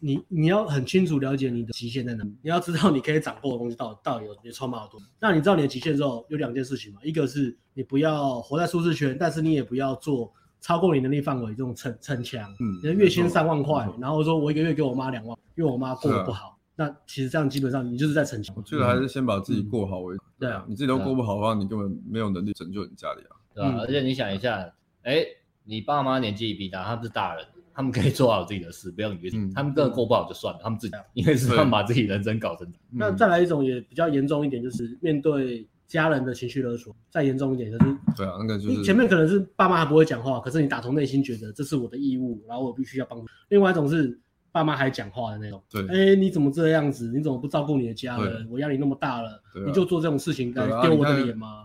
S1: 你你要很清楚了解你的极限在哪，你要知道你可以掌握的东西到底到底有你的筹码有多少。那你知道你的极限之后，有两件事情嘛，一个是你不要活在舒适圈，但是你也不要做超过你能力范围这种逞逞强。
S3: 嗯
S1: 你的月薪
S3: 没错
S1: 三万块
S3: 没错，
S1: 然后说我一个月给我妈两万，因为我妈过得
S3: 是啊哦
S1: 不好，那其实这样基本上你就是在逞强
S3: 我。觉得还是先把自己过好为主。
S1: 对啊
S3: 你自己都过不好的话，你根本没有能力拯救你家里啊。
S2: 对吧、
S1: 嗯
S2: 而且你想一下，哎，你爸妈年纪比大，他们是大人，他们可以做好自己的事，不用你去。
S3: 嗯
S2: 他们真的过不好就算了，他们 自己，因为是他们把自己人生搞成这样。
S1: 那
S3: 嗯
S1: 再来一种也比较严重一点，就是面对家人的情绪勒索，再严重一点就是
S3: 对啊，那个就
S1: 你
S3: 是
S1: 前面可能是爸妈还不会讲话，可是你打从内心觉得这是我的义务，然后我必须要帮助。另外一种是爸妈还讲话的那种，
S3: 对啊
S1: 哎、你怎么这样子？你怎么不照顾你的家人？我压力那么大了，
S3: 对啊
S1: 你就做这种事情，该
S3: 对啊
S1: 丢
S3: 你
S1: 我的
S3: 看
S1: 脸吗？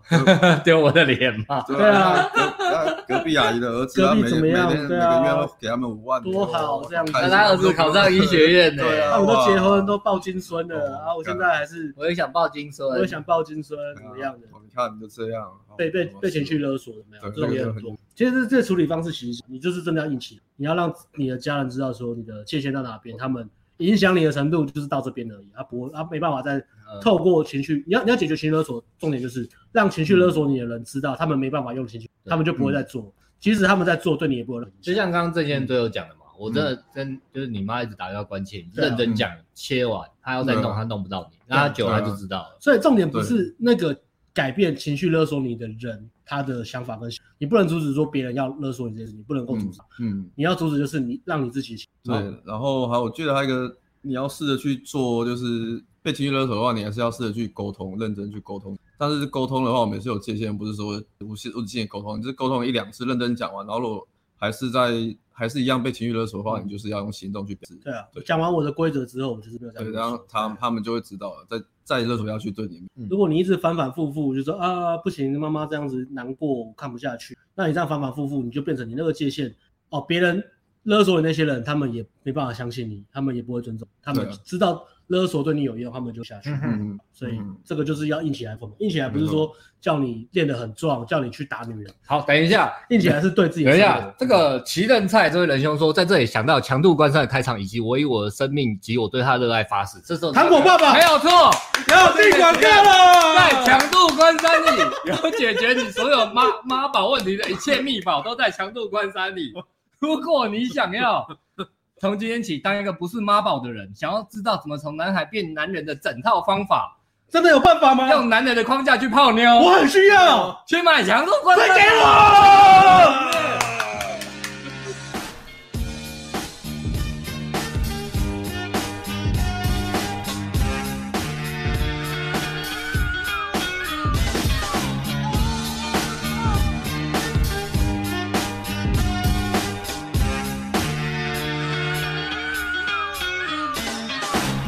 S2: 丢我的脸嘛！
S3: 对
S1: 对啊
S3: 啊，啊，隔壁阿姨的儿子啊，
S1: 隔壁
S3: 每
S1: 怎么
S3: 每天
S1: 样
S3: 每个
S1: 对啊
S3: 月要给他们五万，
S1: 多好这样子
S2: 那
S3: 开心
S2: 他儿子考上医学院呢、
S3: 对
S1: 啊，我都结婚都抱金孙
S3: 哦
S1: 了，啊，我
S3: 干
S1: 现在还是
S2: 我也想报金说，
S1: 我也想抱金孙，怎么样的？
S3: 啊哦你看你就这样，哦
S1: 被被被情绪
S3: 了，
S1: 勒索怎么样？这
S3: 对
S1: 种也很多。其实这这处理方式其实你就是真的要硬起来，你要让你的家人知道说你的界限到哪边，他们影响你的程度就是到这边而已，他不他没办法再
S2: 嗯
S1: 透过情绪，你要你要解决情绪勒索，重点就是让情绪勒索你的人知道他们没办法用情绪，
S2: 对
S1: 他们就不会再做。即使他们在做，对你也不会有任何影响
S2: 就像刚刚郑先生都有讲的嘛，我真的真就是你妈一直打电话关切，你
S1: 对啊
S2: 认真讲，切完她要再
S3: 对
S2: 弄，
S3: 啊
S2: 她弄不到你，那她久
S3: 对啊
S2: 她就知道了。
S1: 所以重点不是那个改变情绪勒索你的人他的想法跟想你不能阻止说别人要勒索你这件事，你不能够阻止，
S3: 嗯，
S1: 你要阻止就是你让你自己
S3: 对，然后还有我觉得还有一个，你要试着去做，就是被情绪勒索的话，你还是要试着去沟通，认真去沟通。但是沟通的话，我们也是有界限，不是说呃无限无限沟通，你是沟通一两次，认真讲完，然后如果还是在还是一样被情绪勒索的话，
S1: 嗯
S3: 你就是要用行动去表示。
S1: 对啊
S3: 对，
S1: 讲完我的规则之后，我就是没有再
S3: 对，
S1: 多
S3: 然后
S1: 说
S3: 他他们就会知道了，再再勒索下去对你
S1: 如果你一直反反复复，就说啊不行，妈妈这样子难过，我看不下去。那你这样反反复复，你就变成你那个界限哦，别人勒索你那些人，他们也没办法相信你，他们也不会尊重，他们
S3: 对啊
S1: 知道勒索对你有用，他们就下去。
S2: 嗯哼嗯
S3: 嗯，
S1: 所以
S3: 嗯
S1: 这个就是要硬起来疯，硬起来不是
S3: 没错
S1: 说叫你练得很壮，叫你去打女人，
S2: 好，等一下，
S1: 硬起来是对自己。
S2: 等一下，，这个奇任菜这位仁兄说，在这里想到强度关山的开场，以及我以我的生命及我对他的热爱发誓，这时候
S1: 糖果爸爸
S2: 没有错，
S1: 要进广告了，
S2: 在强度关山里 有解决你所有妈妈宝问题的一切秘宝，都在强度关 山里。如果你想要从今天起当一个不是妈宝的人，想要知道怎么从男孩变男人的整套 方法，
S1: 真的有办法吗？
S2: 用男人的框架去泡妞，
S1: 我很需要，
S2: 去买强度关
S1: 快
S2: 山。
S1: 给我！